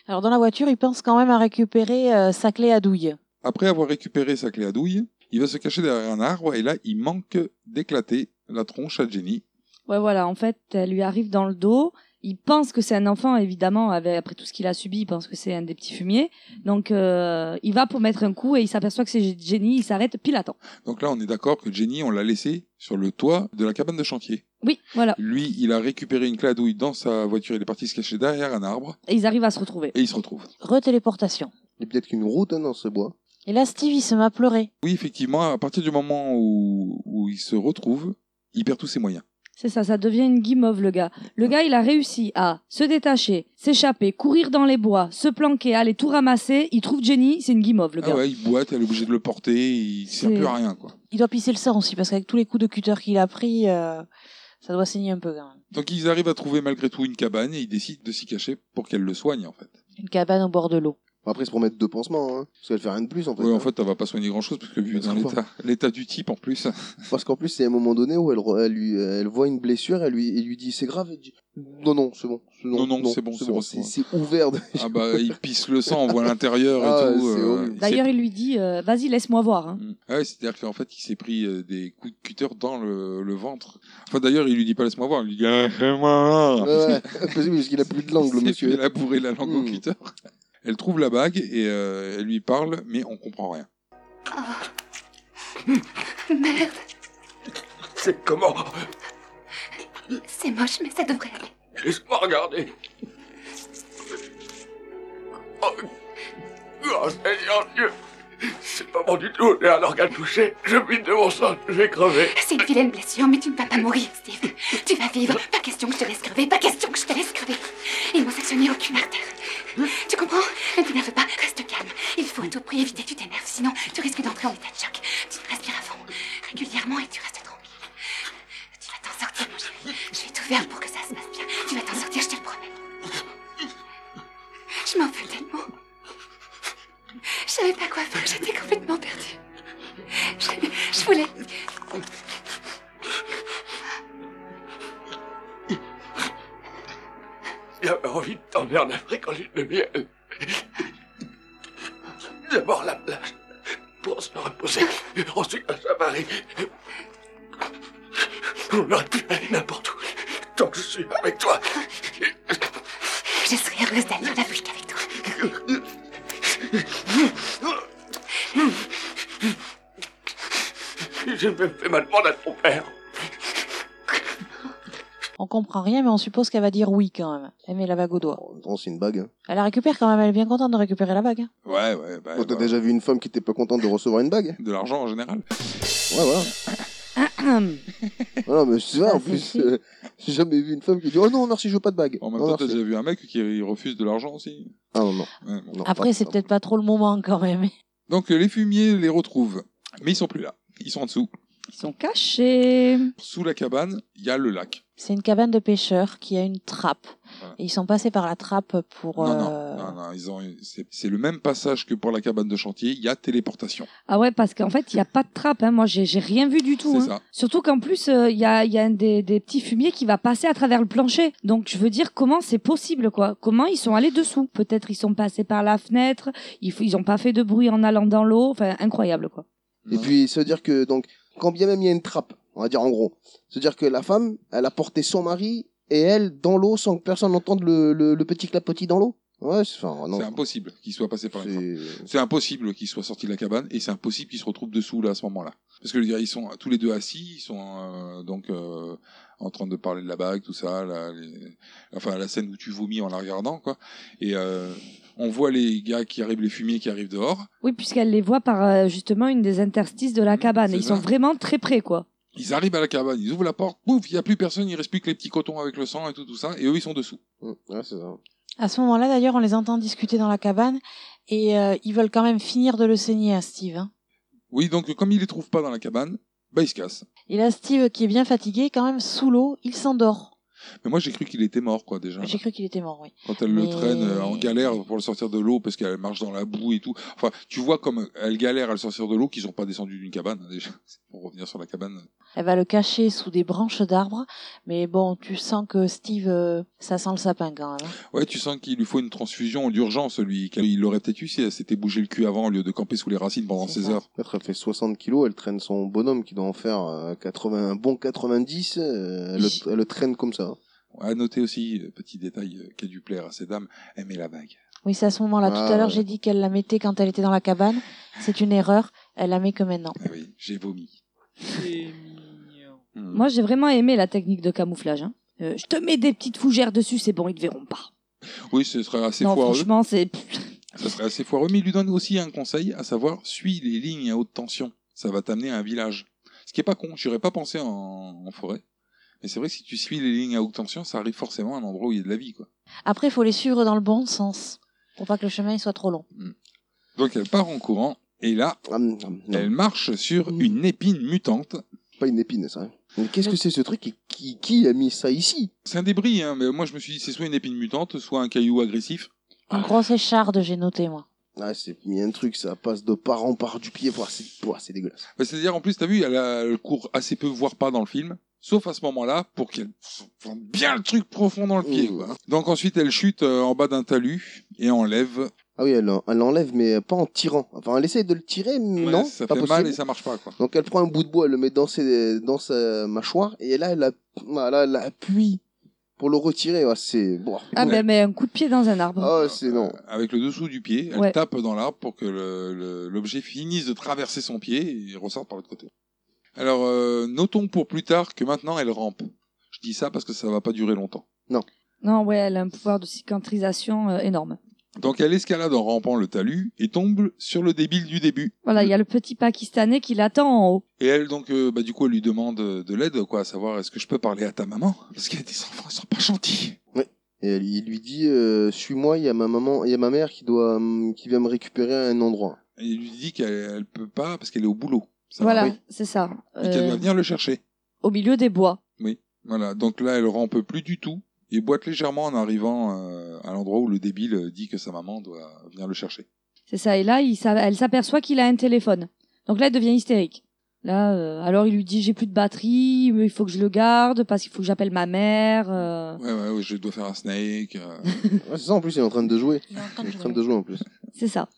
S6: Alors dans la voiture, il pense quand même à récupérer euh, sa clé à douille.
S2: Après avoir récupéré sa clé à douille, il va se cacher derrière un arbre et là, il manque d'éclater la tronche à Jenny.
S5: Ouais, voilà, en fait, elle lui arrive dans le dos. Il pense que c'est un enfant, évidemment, avec, après tout ce qu'il a subi, il pense que c'est un des petits fumiers. Donc, euh, il va pour mettre un coup et il s'aperçoit que c'est Jenny, il s'arrête pile à temps.
S2: Donc là, on est d'accord que Jenny, on l'a laissée sur le toit de la cabane de chantier.
S5: Oui, voilà,
S2: Lui, il a récupéré une clé à douille dans sa voiture, il est parti se cacher derrière un arbre
S5: et ils arrivent à se retrouver.
S2: et il se retrouve.
S6: Retéléportation.
S7: Il y a peut-être qu'une route hein, dans ce bois.
S6: Et là, Stevie se met à pleurer.
S2: Oui, effectivement, à partir du moment où, où il se retrouve, il perd tous ses moyens.
S5: C'est ça, ça devient une guimauve, le gars. Le gars, il a réussi à se détacher, s'échapper, courir dans les bois, se planquer, aller tout ramasser. Il trouve Jenny, c'est une guimauve, le
S2: Ah
S5: gars.
S2: ouais, il boite, elle est obligée de le porter, il sert
S5: C'est-
S2: plus à rien, quoi.
S6: Il doit pisser le sang aussi, parce qu'avec tous les coups de cutter qu'il a pris, euh, ça doit saigner un peu quand même.
S2: Donc ils arrivent à trouver malgré tout une cabane et ils décident de s'y cacher pour qu'elle le soigne, en fait.
S6: Une cabane au bord de l'eau.
S7: Après, ils se promettent deux pansements, hein, parce qu'elle fait rien de plus en fait.
S2: Ouais, en
S7: hein.
S2: fait, elle va pas soigner grand chose, parce que vu
S7: Mais
S2: dans
S7: c'est
S2: l'état- l'état du type, en plus.
S7: Parce qu'en plus, c'est un moment donné où elle, re- elle, lui, elle voit une blessure, elle lui, il lui dit c'est grave, elle dit non, non, c'est bon. c'est
S2: Non, non, c'est bon, c'est bon,
S7: C'est
S2: c'est
S7: c'est ouvert. de-
S2: Ah bah, il pisse le sang, on voit l'intérieur et
S7: Ah,
S2: tout.
S7: c'est
S2: euh,
S7: horrible.
S2: il
S5: D'ailleurs, il lui dit euh, Vas-y, laisse-moi voir. hein.
S2: s'est- Mm. Ouais, c'est-à-dire qu'en fait, il s'est pris euh, des coups de cutter dans le, le ventre. Enfin, d'ailleurs, il lui dit pas laisse-moi voir, il lui dit Ah,
S7: Ouais,
S2: fais-moi voir.
S7: ouais, possible, parce qu'il a plus de langue, le
S2: C'est-
S7: monsieur.
S2: Il a bourré la langue au
S7: Mm.
S2: cutter. Elle trouve la bague et euh, elle lui parle, mais on comprend rien.
S10: Merde,
S9: C'est comment
S10: c'est moche, mais ça devrait aller.
S9: Laisse-moi regarder. Oh, oh Seigneur Dieu C'est pas bon du tout, j'ai un organe touché. Je vide de mon sang, je vais crever.
S10: C'est une vilaine blessure, mais tu ne vas pas mourir, Steve. Tu vas vivre. Pas question que je te laisse crever, pas question que je te laisse crever. Ils m'ont sectionné aucune artère. Tu comprends Ne t'énerve pas, reste calme. Il faut à tout prix éviter que tu t'énerves, sinon tu risques d'entrer en état de choc. Tu ne respires à fond, régulièrement, et tu restes tranquille. Tu vas t'en sortir, mon chéri. Je vais tout faire pour que ça se passe bien. Tu vas t'en sortir, je te le promets. Je m'en veux tellement. Je savais pas quoi faire, j'étais complètement perdue. Je- je voulais
S9: J'avais envie de t'emmener en Afrique en lune de miel. D'abord la plage, pour se reposer. Ensuite la safari. On aurait pu aller n'importe où, tant que je suis avec toi.
S10: Je serais heureuse d'aller en Afrique avec toi.
S9: J'ai même fait ma demande à ton père.
S6: On comprend rien, mais on suppose qu'elle va dire oui quand même. Elle met la bague au doigt.
S7: En même temps, c'est une bague. hein.
S6: Elle la récupère quand même, elle est bien contente de récupérer la bague. hein.
S2: Ouais, ouais, bah,
S7: Bon,
S2: voilà.
S7: T'as déjà vu une femme qui était pas contente de recevoir une bague
S2: de l'argent en général.
S7: Ouais, voilà. voilà mais c'est vrai, en
S5: Ah, c'est
S7: plus,
S5: écrit.
S7: euh, j'ai jamais vu une femme qui dit oh non, merci, je veux pas de bague.
S2: En même
S7: Non,
S2: temps, t'as
S7: merci.
S2: déjà vu un mec qui refuse de l'argent aussi.
S7: Ah non, non.
S2: Ouais, bon.
S7: non,
S6: Après,
S7: pas-
S6: c'est
S7: pas-
S6: peut-être pas trop le moment quand même.
S2: Donc, euh, les fumiers les retrouvent, mais ils sont plus là. Ils sont en dessous.
S5: Ils sont cachés.
S2: Sous la cabane, il y a le lac.
S6: C'est une cabane de pêcheurs qui a une trappe.
S2: Voilà.
S6: Et ils sont passés par la trappe pour.
S2: Non,
S6: euh,
S2: non, non, non, ils ont. C'est c'est le même passage que pour la cabane de chantier. Il y a téléportation.
S5: Ah ouais, parce qu'en fait, il n'y a pas de trappe. Hein. Moi, j'ai j'ai rien vu du tout.
S2: C'est
S5: hein.
S2: ça.
S5: Surtout qu'en plus, euh, il y a, y a un des, des petits fumiers qui va passer à travers le plancher. Donc, je veux dire, comment c'est possible, quoi Comment ils sont allés dessous Peut-être ils sont passés par la fenêtre, ils f- ils ont pas fait de bruit en allant dans l'eau. Enfin, incroyable, quoi.
S7: Et puis, se dire que, donc, quand bien même il y a une trappe, on va dire en gros, se dire que la femme, elle a porté son mari et elle dans l'eau sans que personne n'entende le, le, le petit clapotis dans l'eau. Ouais, c'est enfin, non.
S2: C'est impossible qu'ils soient passés par la trappe.
S7: C'est-
S2: C'est impossible qu'ils soient sortis de la cabane et c'est impossible qu'ils se retrouvent dessous là à ce moment-là. Parce que je veux dire, ils sont tous les deux assis, ils sont euh, donc euh, en train de parler de la bague, tout ça, la, les- enfin la scène où tu vomis en la regardant quoi. Et euh, on voit les gars qui arrivent, les fumiers qui arrivent dehors.
S5: Oui, puisqu'elle les voit par euh, justement une des interstices de la
S2: Mmh,
S5: cabane.
S2: c'est
S5: Ils
S2: ça.
S5: sont vraiment très près, quoi.
S2: Ils arrivent à la cabane, ils ouvrent la porte, bouf, il y a plus personne, il reste plus que les petits cotons avec le sang et tout tout ça, et eux ils sont dessous.
S7: Mm, Ouais, c'est ça.
S6: À ce moment-là, d'ailleurs, on les entend discuter dans la cabane et euh, ils veulent quand même finir de le saigner à Steve. hein.
S2: Oui, donc comme il les trouve pas dans la cabane, bah il se casse.
S6: Et là, Steve, qui est bien fatigué, quand même sous l'eau, il s'endort.
S2: Mais moi j'ai cru qu'il était mort quoi déjà.
S6: J'ai cru qu'il était mort, oui.
S2: Quand elle le
S6: Mais-
S2: traîne euh, en galère pour le sortir de l'eau parce qu'elle marche dans la boue et tout. Enfin, tu vois comme elle galère à le sortir de l'eau qu'ils sont pas descendus d'une cabane hein, déjà. Pour revenir sur la cabane.
S6: Elle va le cacher sous des branches d'arbres, mais bon, tu sens que Steve, euh, ça sent le sapin quand même. hein.
S2: Ouais, tu sens qu'il lui faut une transfusion d'urgence lui. Il l'aurait peut-être eu si elle s'était bougé le cul avant au lieu de camper sous les racines pendant
S6: C'est
S2: 16
S6: ça.
S2: heures.
S7: Peut-être elle fait 60 kilos, elle traîne son bonhomme qui doit en faire euh, 80, un bon 90, euh, elle, le- elle le traîne comme ça.
S2: À noter aussi euh, petit détail euh, qui a dû plaire à ces dames, elle met la bague.
S6: Oui, c'est à ce moment-là.
S7: Ah,
S6: Tout à l'heure,
S7: ouais.
S6: j'ai dit qu'elle la mettait quand elle était dans la cabane. C'est une erreur. Elle la met que maintenant.
S2: Ah oui, j'ai vomi. Hmm.
S5: Moi, j'ai vraiment aimé la technique de camouflage. hein. Euh, je te mets des petites fougères dessus, c'est bon, ils te verront pas.
S2: Oui, ce serait assez
S5: non,
S2: foireux.
S5: franchement, c'est.
S2: Ça serait assez foireux, mais il lui donne aussi un conseil, à savoir suis les lignes à haute tension. Ça va t'amener à un village. Ce qui est pas con, j'aurais pas pensé en, en forêt. Mais c'est vrai que si tu suis les lignes à haute tension, ça arrive forcément à un endroit où il y a de la vie. Quoi.
S6: Après, il faut les suivre dans le bon sens pour pas que le chemin il soit trop long.
S2: Donc elle part en courant, et là,
S7: Ah, non, non,
S2: elle marche sur
S7: Mm.
S2: une épine mutante.
S7: pas une épine, ça. hein. Mais qu'est-ce que c'est ce truc et qui, qui a mis ça ici
S2: C'est un débris, hein, mais moi je me suis dit c'est soit une épine mutante, soit un caillou agressif.
S6: Une grosse écharde, j'ai noté moi.
S7: Ah, c'est mis un truc, ça passe de part en part du pied. Pouah, c'est pouah, c'est dégueulasse.
S2: Bah, C'est-à-dire, en plus, t'as vu, elle, a- elle court assez peu, voire pas dans le film. Sauf à ce moment-là, pour qu'elle plante bien le truc profond dans le pied.
S7: Mmh.
S2: quoi. Donc ensuite, elle chute euh, en bas d'un talus et enlève.
S7: Ah oui, elle, elle l'enlève, mais pas en tirant. Enfin, elle essaye de le tirer, mais
S2: Ouais,
S7: non,
S2: ça
S7: pas
S2: fait
S7: possible.
S2: mal et ça marche pas. Quoi.
S7: Donc elle prend un bout de bois, elle le met dans, ses, dans sa mâchoire, et là, elle, a- voilà, elle appuie pour le retirer. Ah, c'est... bon.
S5: Ah
S2: Ouais.
S5: ben, mais un coup de pied dans un arbre.
S7: Ah, c'est non.
S2: Euh, Avec le dessous du pied, elle
S5: Ouais.
S2: tape dans l'arbre pour que le- le- l'objet finisse de traverser son pied et ressorte par l'autre côté. Alors, euh, notons pour plus tard que maintenant, elle rampe. Je dis ça parce que ça va pas durer longtemps.
S5: Non, ouais, elle a un pouvoir de cicatrisation euh, énorme.
S2: Donc elle escalade en rampant le talus et tombe sur le débile du début.
S5: Voilà, il y a le petit Pakistanais qui l'attend en haut.
S2: Et elle, donc, euh, bah, du coup, elle lui demande euh, de l'aide, quoi, à savoir, est-ce que je peux parler à ta maman Parce qu'elle a des enfants, ils sont pas gentils.
S7: Et elle- il lui dit, euh, suis-moi, il y a ma maman, il y a ma mère qui doit, hum, qui vient me récupérer à un endroit.
S2: Et il lui dit qu'elle elle peut pas parce qu'elle est au boulot. Ça
S5: voilà,
S2: va, oui.
S5: c'est ça.
S2: Et qu'elle
S5: Euh,
S2: doit venir le chercher.
S5: au milieu des bois.
S2: Voilà, donc là, elle rampe plus du tout et boite légèrement en arrivant euh, à l'endroit où le débile euh, dit que sa maman doit venir le chercher.
S5: C'est ça. Et là, il s'a- elle s'aperçoit qu'il a un téléphone. Donc là, elle devient hystérique. Là, euh, alors il lui dit j'ai plus de batterie, mais il faut que je le garde parce qu'il faut que j'appelle ma mère. euh.
S2: Ouais, ouais, ouais, je dois faire un snake. euh.
S7: Ouais, c'est ça, en plus, il est en train de jouer.
S6: Il est en train
S7: Il
S6: de
S7: est en train
S6: jouer.
S7: de jouer, en plus.
S5: C'est ça.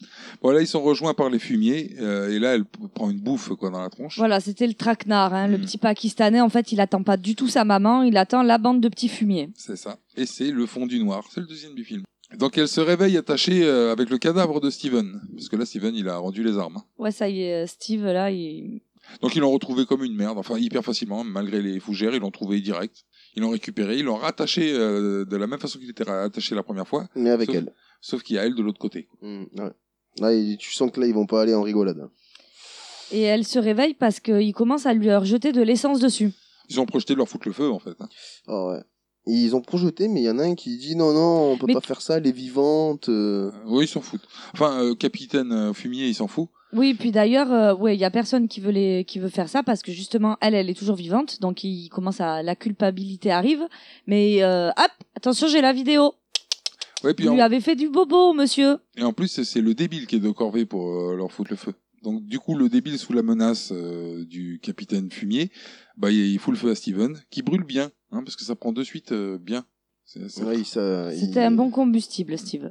S2: bon, là, ils sont rejoints par les fumiers euh, et là, elle p- prend une bouffe, quoi, dans la tronche.
S5: Voilà, c'était le traquenard. Hein. Le
S2: Mm.
S5: petit Pakistanais, en fait, il attend pas du tout sa maman, il attend la bande de petits fumiers.
S2: C'est ça. Et c'est Le Fond du Noir. C'est le deuxième du film. Donc elle se réveille attachée euh, avec le cadavre de Steven. Parce que là, Steven, il a rendu les armes. hein.
S5: Ouais, ça y est, euh, Steve, là, il...
S2: Donc ils l'ont retrouvé comme une merde. Enfin, hyper facilement, malgré les fougères. Ils l'ont trouvé direct. Ils l'ont récupéré. Ils l'ont rattaché euh, de la même façon qu'il était rattaché la première fois.
S7: Mais avec
S2: Sauf-
S7: elle.
S2: Sauf qu'il y a elle de l'autre côté.
S7: Hum, ouais. Là, il- tu sens que là, ils vont pas aller en rigolade. hein.
S5: Et elle se réveille parce qu'il commence à lui rejeter de l'essence dessus.
S2: Ils ont projeté de leur foutre le feu, en fait. hein.
S7: Ah ouais. Et ils ont projeté, mais il y en a un qui dit, non, non, on peut
S5: Mais-
S7: pas faire ça, elle est vivante. euh.
S2: Euh, oui, ils s'en foutent. Enfin, euh, Capitaine euh, Fumier, il s'en fout.
S5: Oui, puis d'ailleurs, euh, ouais, il y a personne qui veut les, qui veut faire ça parce que justement, elle, elle est toujours vivante, donc il commence à la culpabilité arrive. Mais euh, hop, attention, j'ai la vidéo.
S2: Ouais, puis
S5: Vous
S2: en-
S5: lui avez fait du bobo, monsieur.
S2: Et en plus, c'est- c'est le débile qui est de corvée pour euh, leur foutre le feu. Donc, du coup, le débile, sous la menace euh, du capitaine fumier, bah, il il fout le feu à Steven, qui brûle bien, hein, parce que ça prend de suite euh, bien. C'est- c'est-
S7: Ouais, il-
S2: Euh,
S7: ça- il-
S5: C'était un bon combustible, Steve.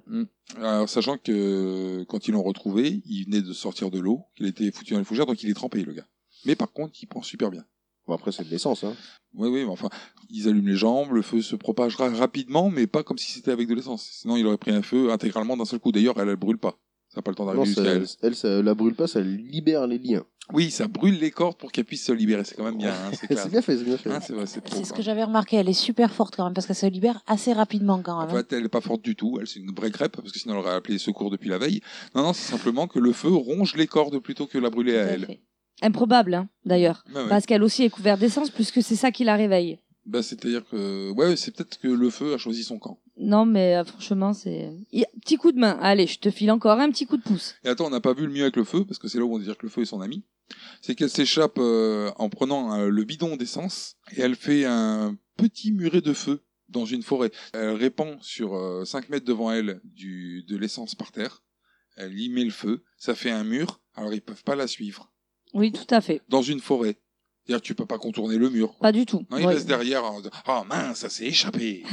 S2: Alors, sachant que euh, quand ils l'ont retrouvé, il venait de sortir de l'eau, qu'il était foutu dans les fougères, donc il est trempé, le gars. Mais par contre, il prend super bien.
S7: Bon, après, c'est de l'essence, hein.
S2: Oui, oui, mais enfin, ils allument les jambes, le feu se propagera rapidement, mais pas comme si c'était avec de l'essence. Sinon, il aurait pris un feu intégralement d'un seul coup. D'ailleurs, elle, elle brûle pas. Ça n'a pas le temps
S7: Non,
S2: d'arriver
S7: ça-
S2: jusqu'à elle.
S7: elle, ça la brûle pas, ça libère les liens.
S2: Oui, ça brûle les cordes pour qu'elle puisse se libérer. C'est quand même bien, hein, c'est clair.
S7: C'est bien fait, c'est bien fait.
S2: Hein, c'est vrai, c'est trop.
S6: C'est ce
S2: quoi.
S6: que j'avais remarqué. Elle est super forte quand même parce qu'elle se libère assez rapidement quand
S2: En
S6: même. hein.
S2: fait, elle est pas forte du tout. Elle, c'est une vraie crêpe, parce que sinon, elle aurait appelé les secours depuis la veille. Non, non, c'est simplement que le feu ronge les cordes plutôt que la brûler à
S6: Tout à
S2: elle.
S6: fait.
S5: Improbable, hein, d'ailleurs.
S2: Ouais, ouais.
S5: Parce qu'elle aussi est couverte d'essence puisque c'est ça qui la réveille.
S2: Bah, c'est-à-dire que, ouais, c'est peut-être que le feu a choisi son camp.
S5: Non, mais euh, franchement, c'est. Y- Petit coup de main. Allez, je te file encore un petit coup de pouce.
S2: Et attends, on n'a pas vu le mieux avec le feu, parce que c'est là où on dit que le feu est son ami. C'est qu'elle s'échappe euh, en prenant euh, le bidon d'essence et elle fait un petit muret de feu dans une forêt. Elle répand sur euh, 5 mètres devant elle du, de l'essence par terre. Elle y met le feu, ça fait un mur, alors ils peuvent pas la suivre.
S5: Oui, tout à fait.
S2: Dans une forêt. C'est-à-dire que tu peux pas contourner le mur. quoi.
S5: Pas du tout.
S2: Non, il
S5: Ouais.
S2: reste derrière. en disant, Ah mince, ça s'est échappé.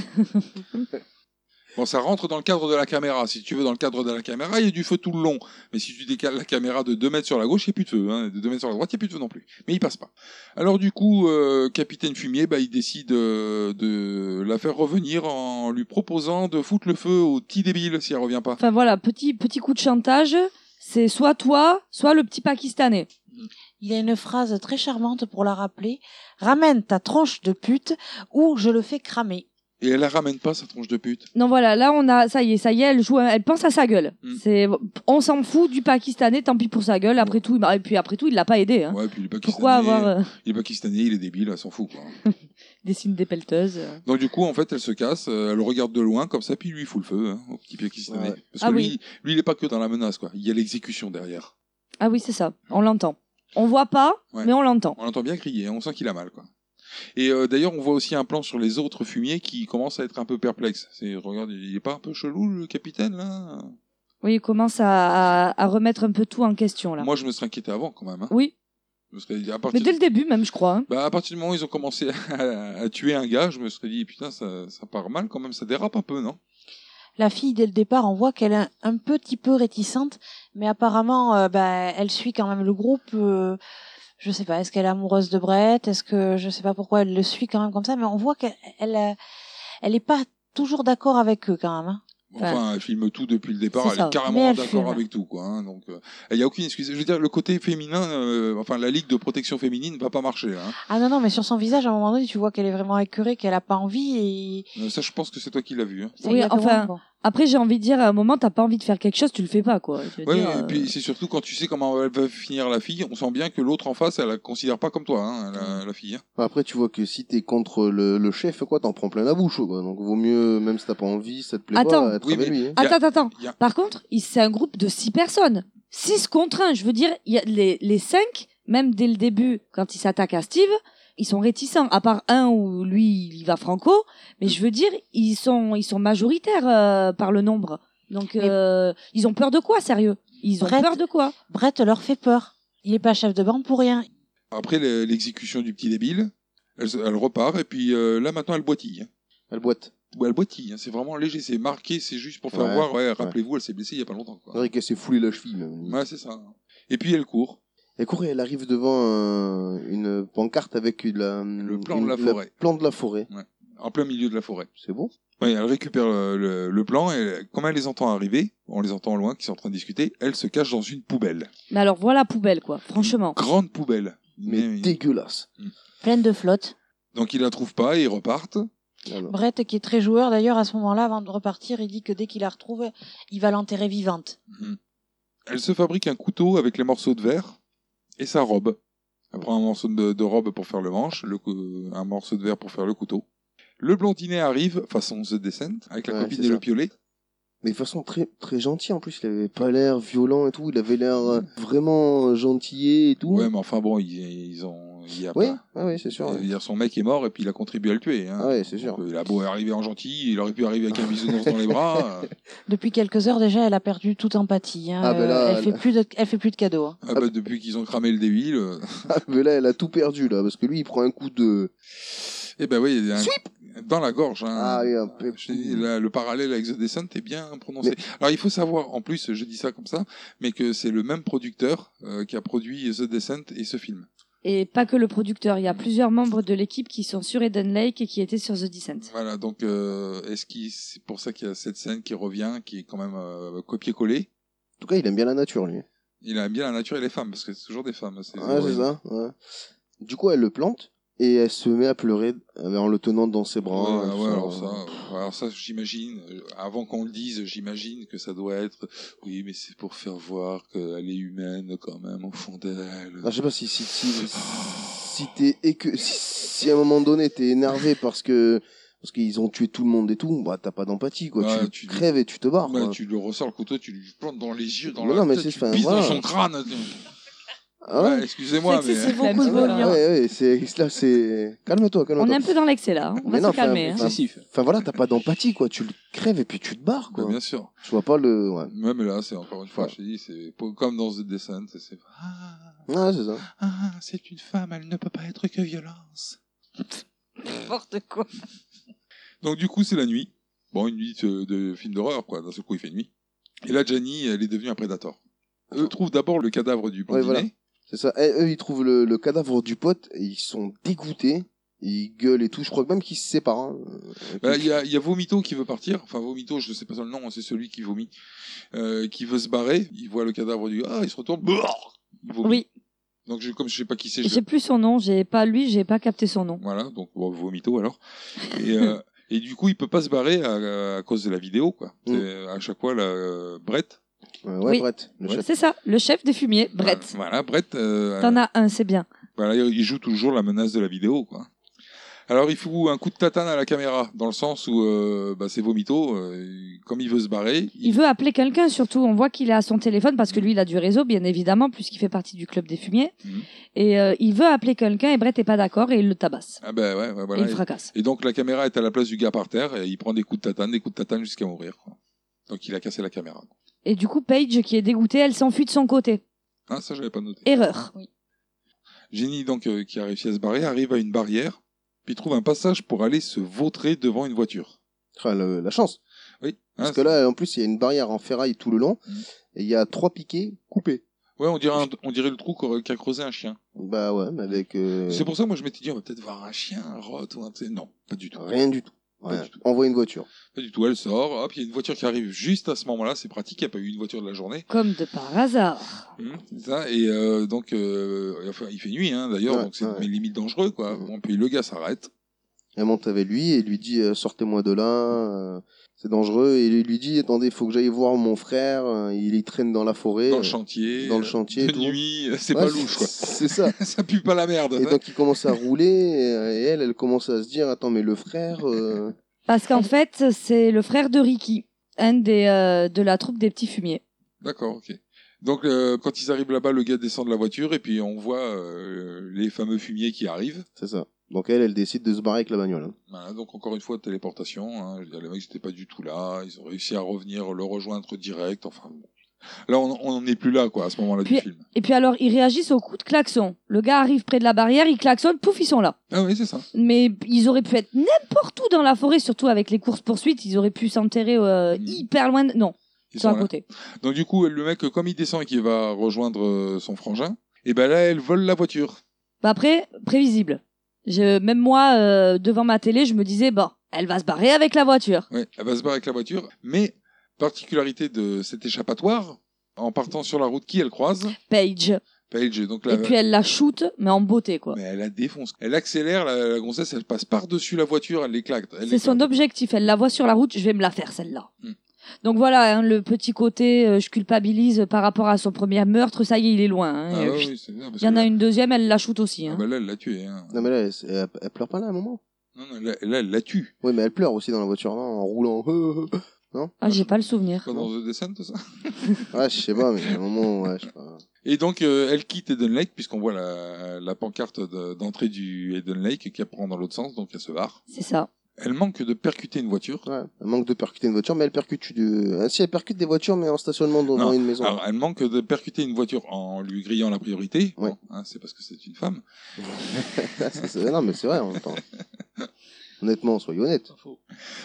S2: bon, ça rentre dans le cadre de la caméra. Si tu veux, dans le cadre de la caméra, il y a du feu tout le long. Mais si tu décales la caméra de 2 mètres sur la gauche, il n'y a plus de feu. hein. De 2 mètres sur la droite, il n'y a plus de feu non plus. Mais il passe pas. Alors du coup, euh, Capitaine Fumier, bah, il décide euh, de la faire revenir en lui proposant de foutre le feu au petit débile si elle revient pas.
S5: Enfin voilà, petit, petit coup de chantage. C'est soit toi, soit le petit Pakistanais.
S6: Il y a une phrase très charmante pour la rappeler. Ramène ta tronche de pute ou je le fais cramer.
S2: Et elle la ramène pas, sa tronche de pute.
S5: Non voilà, là on a ça y est, ça y est, elle joue, un- elle pense à sa gueule.
S2: Mm.
S5: C'est, on s'en fout du Pakistanais, tant pis pour sa gueule. Après tout, il m'a- et puis après tout, il l'a pas aidé. Hein.
S2: Ouais, puis il est pakistanais.
S5: Pourquoi avoir euh,
S2: Il est pakistanais, il est débile, elle s'en fout quoi.
S5: des signes des pelleteuses euh.
S2: Donc du coup, en fait, elle se casse, euh, elle le regarde de loin comme ça, puis lui il fout le feu hein, au petit pied qui se tenait.
S7: Ouais.
S2: Parce
S5: Ah
S2: que lui,
S5: oui.
S2: lui, il est pas que dans la menace, quoi. Il y a l'exécution derrière.
S5: Ah oui, c'est ça. On l'entend. On voit pas,
S2: Ouais.
S5: mais on l'entend.
S2: On l'entend bien crier, hein, on sent qu'il a mal, quoi. Et euh, d'ailleurs, on voit aussi un plan sur les autres fumiers qui commencent à être un peu perplexes. C'est, regarde, il est pas un peu chelou le capitaine là
S5: Oui, il commence à, à, à remettre un peu tout en question là.
S2: Moi, je me serais inquiété avant quand même. Hein.
S5: Oui,
S2: Je me serais dit, à
S5: mais
S2: partir.
S5: dès le début même, je crois. hein.
S2: Bah, à partir du moment où ils ont commencé à, à tuer un gars, je me serais dit putain, ça, ça part mal quand même, ça dérape un peu, non
S6: La fille, dès le départ, on voit qu'elle est un, un petit peu réticente, mais apparemment, euh, bah, elle suit quand même le groupe. euh, je sais pas, est-ce qu'elle est amoureuse de Brett Est-ce que je sais pas pourquoi elle le suit quand même comme ça Mais on voit qu'elle elle, euh, elle est pas toujours d'accord avec eux quand même. hein.
S2: Enfin, elle filme tout depuis le départ,
S5: C'est
S2: elle
S5: ça.
S2: est
S6: Mais
S2: carrément
S6: elle
S2: d'accord
S6: filme.
S2: avec tout, quoi. hein, donc, euh, il n'y a aucune excuse. Je veux dire, le côté féminin, euh, enfin, la ligue de protection féminine va pas marcher. Hein.
S6: Ah non non, mais sur son visage, à un moment donné, tu vois qu'elle est vraiment écœurée, qu'elle a pas envie. Et...
S2: Euh, ça, je pense que c'est toi qui l'as vu. Hein.
S6: c'est
S5: Oui,
S6: exactement,
S5: enfin,
S6: quoi.
S5: Après, j'ai envie de dire, à un moment, t'as pas envie de faire quelque chose, tu le fais pas, quoi. Je veux
S2: Ouais,
S5: dire,
S2: et
S5: euh,
S2: puis c'est surtout quand tu sais comment elle va finir la fille, on sent bien que l'autre en face, elle la considère pas comme toi, hein, la, la fille. hein.
S7: Après, tu vois que si t'es contre le, le chef, quoi, t'en prends plein la bouche, quoi. Donc, vaut mieux, même si t'as pas envie, ça te plaît
S5: Attends.
S7: pas, être
S2: Oui,
S7: avec
S2: mais-
S7: lui. hein.
S2: y a-
S5: Attends, attends.
S2: y a-
S5: Par contre, il- c'est un groupe de six personnes. Six contre un. Je veux dire, il y a les, les cinq, même dès le début, quand ils s'attaquent à Steve, ils sont réticents. À part un où lui, il y va franco. Mais je veux dire, ils sont, ils sont majoritaires euh, par le nombre. Donc,
S6: Mais-
S5: euh, ils ont peur de quoi, sérieux Ils ont
S6: Brett-
S5: peur de quoi
S6: Brett leur fait peur. Il est pas chef de bande pour rien.
S2: Après le- l'exécution du petit débile, elle, se- elle repart, et puis euh, là maintenant, elle boitille. hein.
S7: Elle boite.
S2: Ouais, elle boitille, hein, c'est vraiment léger, c'est marqué, c'est juste pour faire
S7: Ouais,
S2: voir, ouais, rappelez-vous, elle s'est blessée il y a pas longtemps.
S7: C'est
S2: Quoi.
S7: vrai qu'elle s'est foulée la cheville, même.
S2: Ouais, c'est ça. hein. Et puis elle court.
S7: Elle court et elle arrive devant un- une pancarte avec la,
S2: Le plan de
S7: une-
S2: la forêt.
S7: plan de la forêt.
S2: En plein milieu de la forêt.
S7: C'est bon.
S2: Oui, elle récupère le, le- le plan et quand elle les entend arriver, on les entend au loin qui sont en train de discuter, elle se cache dans une poubelle.
S5: Mais alors, voilà poubelle, quoi. Franchement.
S2: Grande poubelle.
S7: Mais
S2: Mais-
S7: dégueulasse.
S6: Pleine de flotte.
S2: Donc ils la trouvent pas et ils repartent.
S7: Alors,
S6: Brett, qui est très joueur d'ailleurs, à ce moment-là, avant de repartir, il dit que dès qu'il la retrouve, il va l'enterrer vivante.
S2: Elle se fabrique un couteau avec les morceaux de verre et sa robe. Elle prend un morceau de, de robe pour faire le manche, le cou- un morceau de verre pour faire le couteau. Le blondinet arrive, façon The Descent, avec la
S7: Ouais,
S2: copine
S7: c'est
S2: et le
S7: ça.
S2: piolet.
S7: mais de façon très, très gentille en plus. Il avait pas l'air violent et tout. Il avait l'air euh, vraiment gentillet et tout.
S2: Ouais, mais enfin bon, ils, ils ont... Il y a
S7: oui,
S2: pas-
S7: ah oui, c'est sûr.
S2: Je veux
S7: ouais.
S2: dire, son mec est mort et puis il a contribué à le tuer. hein.
S7: Ah ouais, c'est sûr.
S2: Donc, euh, il a beau arriver en gentil, il aurait pu arriver avec un bisounours dans les bras. euh,
S6: Depuis quelques heures déjà, elle a perdu toute empathie. hein.
S7: Ah, ben là,
S6: Euh, elle,
S7: elle-
S6: fait plus de, elle fait plus de cadeaux. hein.
S2: Ah bah, depuis qu'ils ont cramé le débile. euh,
S7: Ah, mais là, elle a tout perdu là, parce que lui, il prend un coup de.
S2: Eh ben oui, il y a un- dans la gorge. Hein.
S7: Ah, oui, un peu.
S2: Je te dis, là, le parallèle avec The Descent est bien prononcé. Alors il faut savoir, en plus, je dis ça comme ça, mais que c'est le même producteur euh, qui a produit The Descent et ce film.
S5: Et pas que le producteur. Il y a plusieurs membres de l'équipe qui sont sur Eden Lake et qui étaient sur The Descent.
S2: Voilà, donc euh, est-ce qu'il c'est pour ça qu'il y a cette scène qui revient, qui est quand même euh, copier-coller
S7: En tout cas, il aime bien la nature, lui.
S2: Il aime bien la nature et les femmes, parce que c'est toujours des femmes. c'est-
S7: Ah, c'est ça. ouais. Du coup, elle le plante. et elle se met à pleurer euh, en le tenant dans ses
S2: Ouais,
S7: bras. euh,
S2: ouais,
S7: ça,
S2: alors
S7: euh,
S2: ça, pff, alors ça, j'imagine, euh, avant qu'on le dise, j'imagine que ça doit être, oui, mais c'est pour faire voir qu'elle est humaine quand même au fond d'elle.
S7: Ah, je sais pas si si si, si t'es et que si, si à un moment donné t'es énervé parce que parce qu'ils ont tué tout le monde et tout, bah t'as pas d'empathie quoi.
S2: Ouais, tu-
S7: tu, crèves et tu te barres.
S2: Ouais,
S7: quoi.
S2: tu lui ressors le couteau, tu lui plantes dans les yeux, dans
S7: Mais
S2: la
S7: non, mais
S2: tête,
S7: c'est-
S2: tu
S7: enfin,
S2: pisses
S7: voilà.
S2: dans son crâne.
S7: Ah ouais. Ah
S2: Ouais, excusez-moi,
S6: C'est
S2: mais
S6: que c'est
S5: de
S6: beaucoup
S7: Ouais,
S5: Voilà.
S7: ouais, ouais, c'est là c'est calme-toi,
S5: On est
S7: calme-toi.
S5: un peu dans l'excès là, on
S7: Mais
S5: va
S7: non,
S5: se calmer.
S7: enfin,
S5: hein.
S8: Excessif.
S7: Enfin voilà, t'as pas d'empathie quoi, tu le crèves et puis tu te barres
S2: Bah,
S7: quoi.
S2: bien sûr.
S7: Je vois pas le ouais.
S2: Même là, c'est encore une fois,
S7: Ouais.
S2: je te dis, c'est po- comme dans The Descent, c'est- c'est ah,
S7: Ouais, c'est ça.
S2: ah, c'est une femme, elle ne peut pas être que violence.
S6: N'importe quoi.
S2: Donc du coup, c'est la nuit. Bon, une nuit euh, de film d'horreur, quoi. D'un seul coup, il fait nuit. Et là, Jenny, elle est devenue un prédateur. Eux trouvent d'abord le cadavre du blondinet.
S7: voilà. C'est ça. Et eux ils trouvent le, le cadavre du pote et ils sont dégoûtés. Ils gueulent et tout. Je crois que même qu'ils se séparent. hein.
S2: Bah, Il y, a, il y a Vomito qui veut partir. Enfin, Vomito, je ne sais pas son nom, hein, c'est celui qui vomit. Euh, qui veut se barrer. Il voit le cadavre du. Ah, il se retourne. Il vomit.
S5: Oui,
S2: Donc, je, comme je sais pas qui c'est, je-
S5: j'ai plus son nom, j'ai pas lui, j'ai pas capté son nom.
S2: Voilà, donc bon, vomito alors. Et, euh, et du coup, il peut pas se barrer à, à cause de la vidéo, quoi. C'est,
S7: Mm.
S2: euh, À chaque fois, la, euh, Brett.
S7: Ouais, ouais,
S5: Oui.
S7: Brett, le chef.
S5: C'est ça, le chef des fumiers, Brett.
S2: Voilà, Brett. euh,
S5: T'en as un, c'est bien.
S2: voilà, il joue toujours la menace de la vidéo, quoi. Alors, il fout un coup de tatane à la caméra, dans le sens où euh, bah, c'est vomito. euh, comme il veut se barrer,
S5: Il veut appeler quelqu'un, surtout. On voit qu'il a son téléphone parce que lui, il a du réseau, bien évidemment, puisqu'il fait partie du club des fumiers.
S2: Mhm.
S5: Et euh, il veut appeler quelqu'un et Brett est pas d'accord et il le tabasse.
S2: Ah ben ouais, ouais,
S5: et
S2: voilà.
S5: il le fracasse.
S2: Et donc la caméra est à la place du gars par terre et il prend des coups de tatane, des coups de tatane jusqu'à mourir. quoi. Donc il a cassé la caméra.
S5: Et du coup, Paige, qui est dégoûtée, elle s'enfuit de son côté.
S2: Ah ça j'avais pas noté.
S5: Erreur.
S2: Jenny donc euh, qui a réussi à se barrer arrive à une barrière puis trouve un passage pour aller se vautrer devant une voiture.
S7: Ah, le- la chance.
S2: Oui. hein,
S7: Parce que là, en plus, il y a une barrière en ferraille tout le long.
S2: Mmh.
S7: Et il y a trois piquets coupés.
S2: c'est- ouais on dirait un- on dirait le trou qu'aurait- qu'a creusé un chien.
S7: Bah ouais, mais avec euh,
S2: C'est pour ça moi je m'étais dit on va peut-être voir un chien, un rot ou un tu sais, non pas du tout.
S7: rien du tout.
S2: Pas
S7: Ouais.
S2: du tout.
S7: Envoie une voiture.
S2: Pas du tout. Elle sort hop il y a une voiture qui arrive juste à ce moment-là c'est pratique il n'y a pas eu une voiture de la journée.
S5: Comme de par hasard.
S7: Mmh.
S2: Hum, c'est ça. Et euh, donc, euh, enfin, il fait nuit, hein, d'ailleurs,
S7: Ouais,
S2: donc c'est
S7: ouais.
S2: mais limite dangereux, quoi.
S7: Mhm.
S2: Bon, puis le gars s'arrête.
S7: Elle monte avec lui et lui dit euh, sortez-moi de là, euh, c'est dangereux. Et il lui dit attendez, faut que j'aille voir mon frère. euh, Il y traîne dans la forêt.
S2: dans
S7: euh,
S2: le chantier.
S7: dans le chantier et
S2: De
S7: tout.
S2: nuit, c'est
S7: Ouais,
S2: pas louche, quoi.
S7: C'est ça.
S2: ça pue pas la merde.
S7: Et
S2: hein.
S7: donc il commence à rouler et, euh, et elle, elle commence à se dire attends mais le frère. euh,
S5: Parce qu'en fait, c'est le frère de Ricky, un des, euh, de la troupe des petits fumiers.
S2: D'accord, ok. Donc, euh, quand ils arrivent là-bas, le gars descend de la voiture et puis on voit euh, les fameux fumiers qui arrivent.
S7: C'est ça. Donc elle, elle décide de se barrer avec la bagnole. hein.
S2: Voilà, donc encore une fois, téléportation. Hein. Je veux dire, les mecs n'étaient pas du tout là. Ils ont réussi à revenir, le rejoindre direct. Enfin, bon. Là, on- on n'en est plus là, quoi, à ce moment-là du
S5: Puis-
S2: film.
S5: Et puis alors, ils réagissent au coup de klaxon. Le gars arrive près de la barrière, il klaxonne, pouf, ils sont là.
S2: Ah oui, c'est ça.
S5: Mais ils auraient pu être n'importe où dans la forêt, surtout avec les courses-poursuites. Ils auraient pu s'enterrer euh,
S2: Mm.
S5: hyper loin. De... Non,
S2: Ils
S5: ils sont à
S2: là.
S5: côté.
S2: Donc du coup, le mec, comme il descend et qu'il va rejoindre euh, son frangin, et ben là, elle vole la voiture.
S5: Bah après, prévisible. Je, même moi, euh, devant ma télé, je me disais, bah, elle va se barrer avec la voiture.
S2: Ouais, elle va se barrer avec la voiture. Mais particularité de cet échappatoire, en partant sur la route, qui elle croise
S5: Paige.
S2: Paige. Donc là,
S5: Et puis elle la shoot, mais en beauté, quoi.
S2: mais elle la défonce. Elle accélère, la, la gonzesse, elle passe par-dessus la voiture, elle l'éclate. Elle
S5: C'est son
S2: l'éclate.
S5: objectif. Elle la voit sur la route, je vais me la faire, celle-là.
S2: Mm.
S5: Donc voilà, hein, le petit côté, euh, je culpabilise par rapport à son premier meurtre, ça y est, il est loin. hein.
S2: Ah
S5: Et,
S2: ouais,
S5: pff,
S2: oui, c'est ça, parce
S5: il y en
S2: que
S5: a
S2: là-
S5: une deuxième, elle la shoot aussi.
S2: Ah
S5: hein.
S2: bah là, elle l'a tuée. hein.
S7: Non mais là, elle, elle- elle pleure pas là à un moment.
S2: Non, non, là, là, elle la tue.
S7: Oui mais elle pleure aussi dans la voiture hein, en roulant.
S5: Ah, j'ai pas le souvenir.
S2: bah, Pas dans The Descent, ça
S7: Ouais, je sais pas, mais à un moment, ouais, je sais pas.
S2: Et donc, euh, elle quitte Eden Lake, puisqu'on voit la, la pancarte de- d'entrée du Eden Lake qui prend dans l'autre sens, donc elle se barre.
S5: C'est ça.
S2: Elle manque de percuter une voiture.
S7: Ouais, elle manque de percuter une voiture, mais elle percute du... Ah, si, elle percute des voitures, mais en stationnement dans, dans
S2: Non, Ah,
S7: une maison.
S2: Alors, elle manque de percuter une voiture en lui grillant la priorité.
S7: Ouais.
S2: Bon, hein, c'est parce que c'est une femme.
S7: Ça, c'est- non, mais c'est vrai, en même temps. Honnêtement, soyez honnête.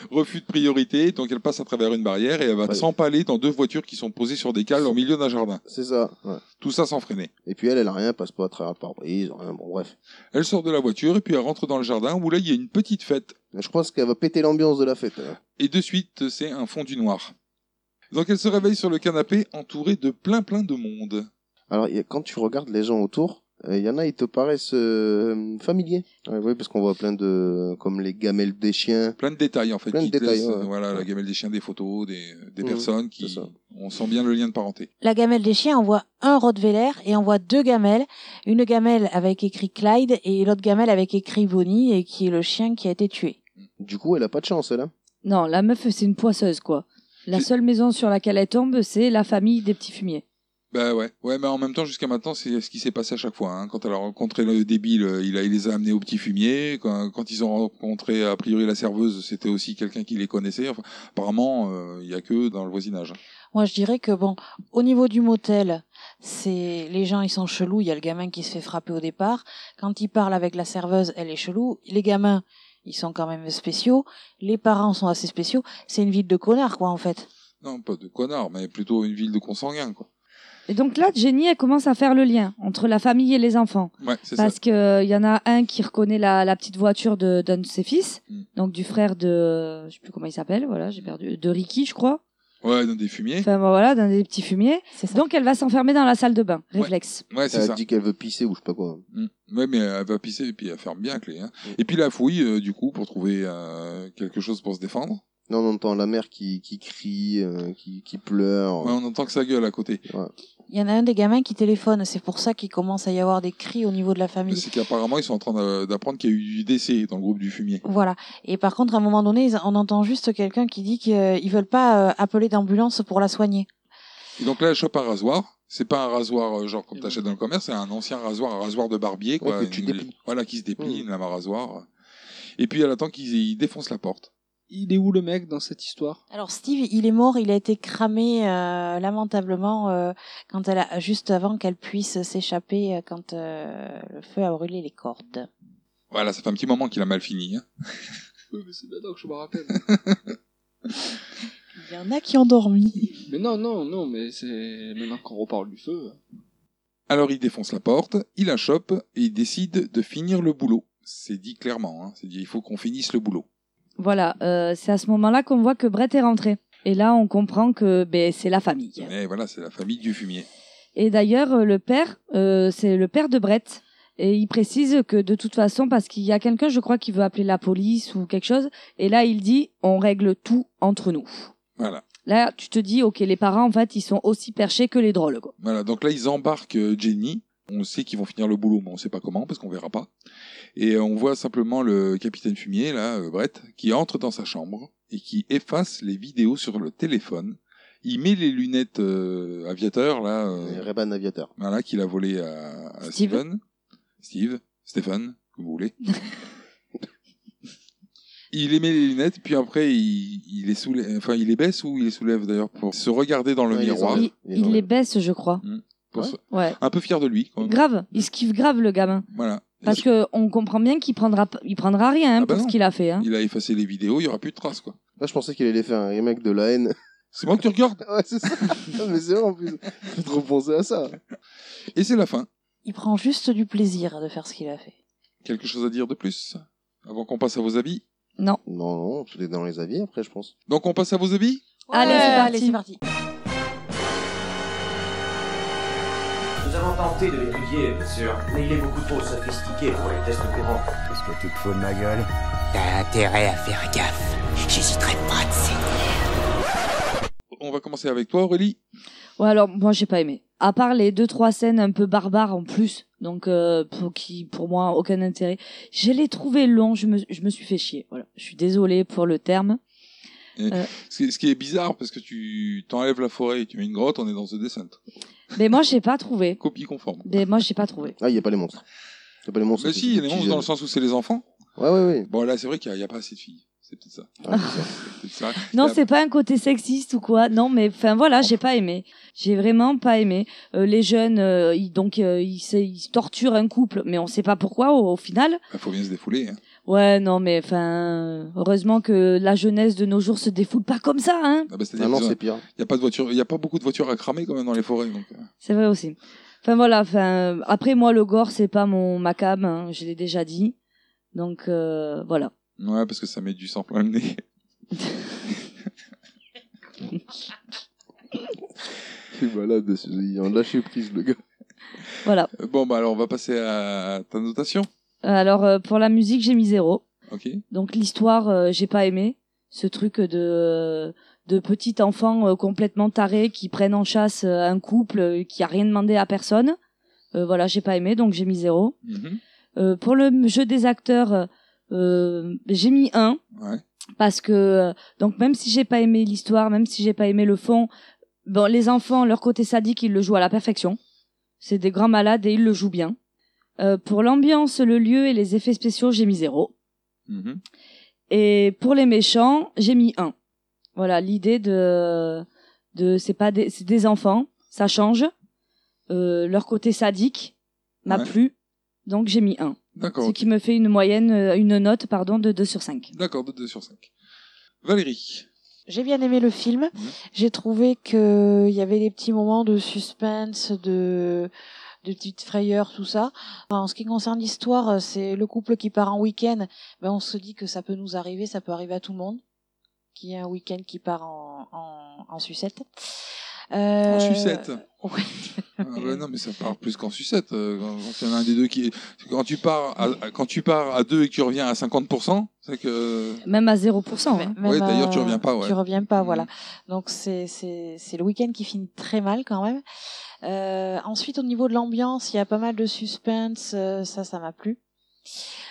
S2: Refus de priorité, donc elle passe à travers une barrière et elle va
S7: Ouais.
S2: s'empaler dans deux voitures qui sont posées sur des cales au milieu d'un jardin.
S7: C'est ça. ouais.
S2: Tout ça sans freiner.
S7: Et puis elle, elle a rien, elle passe pas à travers le pare-brise, rien, bon, bref.
S2: Elle sort de la voiture et puis elle rentre dans le jardin où là, il y a une petite fête.
S7: Je pense qu'elle va péter l'ambiance de la fête. hein. elle.
S2: Et de suite, c'est un fond du noir. Donc elle se réveille sur le canapé entourée de plein plein de monde.
S7: Alors, il y a- quand tu regardes les gens autour, Euh, Il y en a, ils te paraissent euh, familiers. Ouais, ouais, parce qu'on voit plein de. comme les gamelles des chiens.
S2: Plein de détails en fait.
S7: Plein de
S2: qui te
S7: détails,
S2: laissent,
S7: ouais.
S2: Voilà, la gamelle des chiens, des photos, des, des
S7: Mhm,
S2: personnes qui.
S7: c'est ça.
S2: On sent bien le lien de parenté.
S6: La gamelle des chiens, on voit un Rottweiler et on voit deux gamelles. Une gamelle avec écrit Clyde et l'autre gamelle avec écrit Bonnie et qui est le chien qui a été tué.
S7: Du coup, elle a pas de chance, elle. hein.
S5: Non, la meuf, c'est une poisseuse, quoi. La
S2: C'est-
S5: seule maison sur laquelle elle tombe, c'est la famille des petits fumiers.
S2: Bah ouais, ouais, mais en même temps, jusqu'à maintenant, c'est ce qui s'est passé à chaque fois. hein. Quand elle a rencontré le débile, euh, il, a, il les a amenés au petit fumier. Quand, quand ils ont rencontré, a priori, la serveuse, c'était aussi quelqu'un qui les connaissait. Enfin, apparemment, euh, il y a que dans le voisinage.
S6: Moi, je dirais que bon, au niveau du motel, c'est les gens ils sont chelous. Il y a le gamin qui se fait frapper au départ. Quand il parle avec la serveuse, elle est chelou. Les gamins, ils sont quand même spéciaux. Les parents sont assez spéciaux. C'est une ville de connards quoi en fait.
S2: Non, pas de connard, mais plutôt une ville de consanguins, quoi.
S5: Et donc là, Jenny, elle commence à faire le lien entre la famille et les enfants.
S2: Ouais, c'est ça.
S7: Bah,
S5: Parce qu'il y en a un qui reconnaît la, la petite voiture de- d'un de, ses fils,
S2: Mm.
S5: donc du frère de. Je sais plus comment il s'appelle, voilà, j'ai perdu. De Ricky, je crois.
S2: Ouais, dans des fumiers.
S5: Enfin, bon, voilà, d'un des petits fumiers.
S6: C'est ça.
S5: Donc elle va s'enfermer dans la salle de bain, réflexe.
S2: Ouais, c'est
S7: Elle
S2: ça.
S7: dit qu'elle veut pisser ou je sais pas quoi.
S2: Mm. Ouais, mais elle va pisser et puis elle ferme bien la clé.
S7: Mm.
S2: Hein. Et puis la fouille, euh, du coup, pour trouver euh, quelque chose pour se défendre.
S7: Là, on entend la mère qui, qui crie, euh, qui, qui pleure.
S2: Ouais, on entend que sa gueule à côté.
S6: Il y en a un des gamins qui téléphone. C'est pour ça qu'il commence à y avoir des cris au niveau de la famille.
S2: C'est qu'apparemment, ils sont en train d'a- d'apprendre qu'il y a eu du décès dans le groupe du fumier.
S6: Voilà. Et par contre, à un moment donné, ils- on entend juste quelqu'un qui dit qu'ils veulent pas euh, appeler d'ambulance pour la soigner.
S2: Et donc là, elle chope un rasoir. C'est pas un rasoir euh, genre comme t'achètes dans le commerce, c'est un ancien rasoir, un rasoir de barbier. Quoi.
S7: Ouais, que tu
S2: Une-
S7: déplies.
S2: Voilà, qui se déplie,
S7: Mmh.
S2: une lame à rasoir. Et puis elle attend qu'ils ils défoncent la porte.
S8: Il est où le mec dans cette histoire
S6: Alors Steve, il est mort, il a été cramé euh, lamentablement euh, quand elle a juste avant qu'elle puisse s'échapper euh, quand euh, le feu a brûlé les cordes.
S2: Voilà, ça fait un petit moment qu'il a mal fini. hein.
S8: Oui, mais c'est maintenant que je me rappelle.
S6: Il y en a qui ont dormi.
S8: mais non, non, non, mais c'est maintenant qu'on reparle du feu.
S2: Alors il défonce la porte, il la chope et il décide de finir le boulot. C'est dit clairement, hein. c'est dit il faut qu'on finisse le boulot.
S5: Voilà, euh, c'est à ce moment-là qu'on voit que Brett est rentré. Et là, on comprend que ben, c'est la famille.
S2: Mais voilà, c'est la famille du fumier.
S5: Et d'ailleurs, euh, le père, euh, c'est le père de Brett. Et il précise que de toute façon, parce qu'il y a quelqu'un, je crois, qui veut appeler la police ou quelque chose. Et là, il dit, on règle tout entre nous.
S2: Voilà.
S5: Là, tu te dis, ok, les parents, en fait, ils sont aussi perchés que les drôles, quoi.
S2: Voilà, donc là ils embarquent euh, Jenny. On sait qu'ils vont finir le boulot, mais on sait pas comment parce qu'on verra pas. Et euh, on voit simplement le capitaine fumier là, euh, Brett, qui entre dans sa chambre et qui efface les vidéos sur le téléphone. Il met les lunettes euh, aviateur là, euh,
S7: Et Reban Aviateur.
S2: voilà qu'il a volé à, à
S5: Steve.
S2: Steven, Steve, Stéphane, comme vous voulez. il émet les lunettes, puis après il, il les soulève, enfin il les baisse ou il les soulève d'ailleurs pour se regarder dans le
S7: Ouais, il les
S2: miroir.
S7: enlève.
S5: Il,
S7: il est
S5: il
S7: drôle.
S5: les baisse, je crois.
S2: Pour
S7: Ouais.
S2: se-
S5: Ouais.
S2: Un peu fier de lui. Quand même.
S5: Grave, il se kiffe grave, le gamin.
S2: Voilà.
S5: Parce que hein. on comprend bien qu'il prendra, p- il prendra rien hein,
S2: Ah bah
S5: pour
S2: non.
S5: ce qu'il a fait. Hein.
S2: Il a effacé les vidéos, il y aura plus de traces quoi.
S7: Là, je pensais qu'il allait faire un remake de la haine.
S2: C'est moi que tu regardes.
S7: ouais, c'est ça. Non, mais c'est vrai, en plus. Je peux trop penser à ça.
S2: Et c'est la fin.
S6: Il prend juste du plaisir de faire ce qu'il a fait.
S2: Quelque chose à dire de plus avant qu'on passe à vos avis.
S5: Non.
S7: Non, non, tout est dans les avis après, je pense.
S2: Donc on passe à vos avis.
S5: Allez, c'est parti.
S6: parti.
S9: Nous avons tenté de l'étudier, bien sûr, mais il est beaucoup trop sophistiqué pour les tests courants.
S4: Qu'est-ce que tu te fous de ma gueule T'as intérêt à faire gaffe. J'hésiterai pas de ces
S2: On va commencer avec toi Aurélie.
S5: Ouais, alors moi j'ai pas aimé. À part les deux trois scènes un peu barbares en plus, donc euh, pour qui pour moi aucun intérêt. Je l'ai trouvé long, je me, je me suis fait chier. Voilà, je suis désolée pour le terme.
S2: Ce qui- ce qui est bizarre parce que tu t'enlèves la forêt, et tu mets une grotte, on est dans The Descent.
S5: Mais moi j'ai pas trouvé.
S2: Copie conforme.
S5: Mais moi j'ai pas trouvé.
S7: Ah, il n'y a pas les monstres. Il a pas les monstres.
S2: Mais
S7: c'est
S2: si, il y a
S7: des
S2: des
S7: petits
S2: monstres dans le sens où c'est les enfants.
S7: jeunes. Ouais, ouais, ouais.
S2: Bon, là, c'est vrai qu'il n'y a, pas assez de filles. C'est peut-être ça.
S7: Ah, c'est ça.
S2: C'est peut-être ça.
S5: Non,
S2: Et
S5: c'est pas un côté sexiste ou quoi. Non, mais enfin voilà, j'ai pas aimé. J'ai vraiment pas aimé. Euh, les jeunes, euh, ils, donc euh, ils, se- ils se torturent un couple, mais on sait pas pourquoi au- au final.
S2: Il faut bien se défouler. hein.
S5: Ouais, non, mais enfin, heureusement que la jeunesse de nos jours se défoule pas comme ça, hein.
S2: Ah bah, c'est-à-dire
S7: Ah non,
S2: qu'ils ont-
S7: c'est pire.
S2: il n'y a pas de voiture, il y a pas beaucoup de voitures à cramer quand même dans les forêts. Donc, euh,
S5: C'est vrai aussi. Enfin voilà, enfin, après moi, le gore, c'est pas mon ma cam, hein, je l'ai déjà dit. Donc euh, voilà.
S2: ouais, parce que ça met du sang plein le nez.
S7: Je suis malade. ce- Il en lâché prise, le gars.
S5: Voilà.
S2: Bon, bah alors on va passer à ta notation.
S5: Alors, euh, pour la musique, j'ai mis zéro.
S2: Ok.
S5: Donc l'histoire, euh, j'ai pas aimé ce truc de de petit enfant euh, complètement taré qui prennent en chasse euh, un couple euh, qui a rien demandé à personne. Euh, voilà, j'ai pas aimé, donc j'ai mis zéro.
S2: Mhm.
S5: Euh, pour le jeu des acteurs, euh, j'ai mis un
S2: Ouais.
S5: parce que euh, donc même si j'ai pas aimé l'histoire, même si j'ai pas aimé le fond, bon les enfants leur côté sadique ils le jouent à la perfection. C'est des grands malades et ils le jouent bien. Euh, pour l'ambiance, le lieu et les effets spéciaux, j'ai mis zéro.
S2: Mhm.
S5: Et pour les méchants, j'ai mis un. Voilà, l'idée de, de c'est pas des, c'est des enfants, ça change. Euh, leur côté sadique m'a
S2: Ouais.
S5: plu, donc j'ai mis un.
S2: D'accord.
S5: Ce qui me fait une moyenne, euh, une note pardon de 2 sur 5.
S2: D'accord, de 2 sur 5. Valérie.
S6: J'ai bien aimé le film.
S2: Mhm.
S6: J'ai trouvé que euh, il y avait des petits moments de suspense, de de petites frayeurs, tout ça. Enfin, en ce qui concerne l'histoire, euh, c'est le couple qui part en week-end. Ben, on se dit que ça peut nous arriver, ça peut arriver à tout le monde. Qui a un week-end qui part en, en, en sucette. Euh,
S2: En sucette.
S6: ouais.
S2: Ah ouais, non, mais ça part plus qu'en sucette. euh, Quand quand il y en a un des deux qui. Quand tu pars à, à- quand tu pars à 2 et que tu reviens à 50%, c'est que.
S5: Même à 0%. hein.
S6: Même
S2: Ouais, d'ailleurs,
S6: à-
S2: tu reviens pas, ouais.
S6: Tu reviens pas,
S2: Mhm.
S6: voilà. Donc c'est c'est c'est le week-end qui finit très mal quand même. Euh, ensuite, au niveau de l'ambiance, il y a pas mal de suspense. euh, ça, ça m'a plu.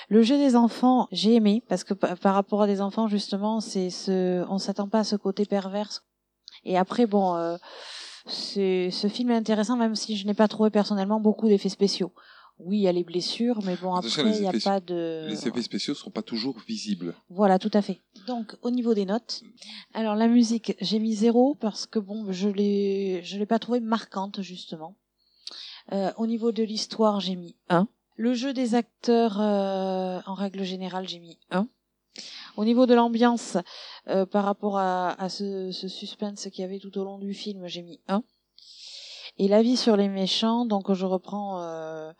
S6: Le jeu des enfants, j'ai aimé parce que pa- par rapport à des enfants, justement, c'est ce, on s'attend pas à ce côté pervers. Et après, bon, euh, ce, ce film est intéressant, même si je n'ai pas trouvé personnellement beaucoup d'effets spéciaux. Oui, il y a les blessures, mais bon,
S2: Attention,
S6: après,
S2: les
S6: il n'y a
S2: effets-
S6: pas de.
S7: Euh,
S2: Les effets spéciaux seront pas toujours visibles.
S6: Voilà, tout à fait. Donc, au niveau des notes, alors la musique, j'ai mis zéro parce que bon, je l'ai, je l'ai pas trouvée marquante justement. Euh, au niveau de l'histoire, j'ai mis un. Le jeu des acteurs, euh, en règle générale, j'ai mis un. Au niveau de l'ambiance, euh, par rapport à, à ce, ce suspense qu'il y avait tout au long du film, j'ai mis un. Et l'avis sur les méchants, donc je reprends euh,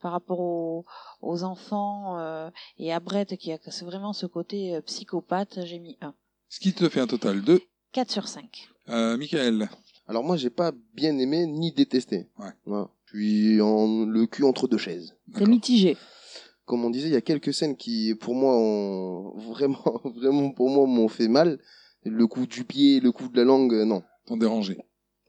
S6: par rapport aux, aux enfants. euh, et à Brett, qui a c'est vraiment ce côté euh, psychopathe, j'ai mis 1.
S2: Ce qui te fait un total de.
S6: 4 sur 5.
S2: Euh, Michael.
S7: Alors moi, j'ai pas bien aimé ni détesté.
S2: Ouais.
S7: Puis en, le cul entre deux chaises.
S5: C'est mitigé.
S7: Comme on disait, il y a quelques scènes qui, pour moi, ont vraiment, vraiment pour moi, m'ont fait mal. Le coup du pied, le coup de la langue, euh, non.
S2: T'en déranger.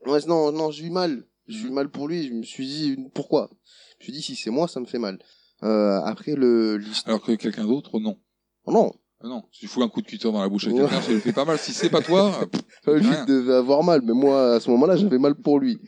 S7: Ouais, non, non, j'ai eu mal. J'ai eu
S2: Mhm.
S7: mal pour lui. Je me suis dit pourquoi. Je me suis dit si c'est moi, ça me fait mal. Euh, après le l'histoire.
S2: Alors que quelqu'un d'autre, non.
S7: Oh non,
S2: Ah Non, si tu fous un coup de cutter dans la bouche à
S7: Ouais.
S2: quelqu'un, ça lui fait pas mal. Si c'est pas toi, pff,
S7: lui
S2: Rien.
S7: devait avoir mal, mais moi à ce moment-là j'avais mal pour lui.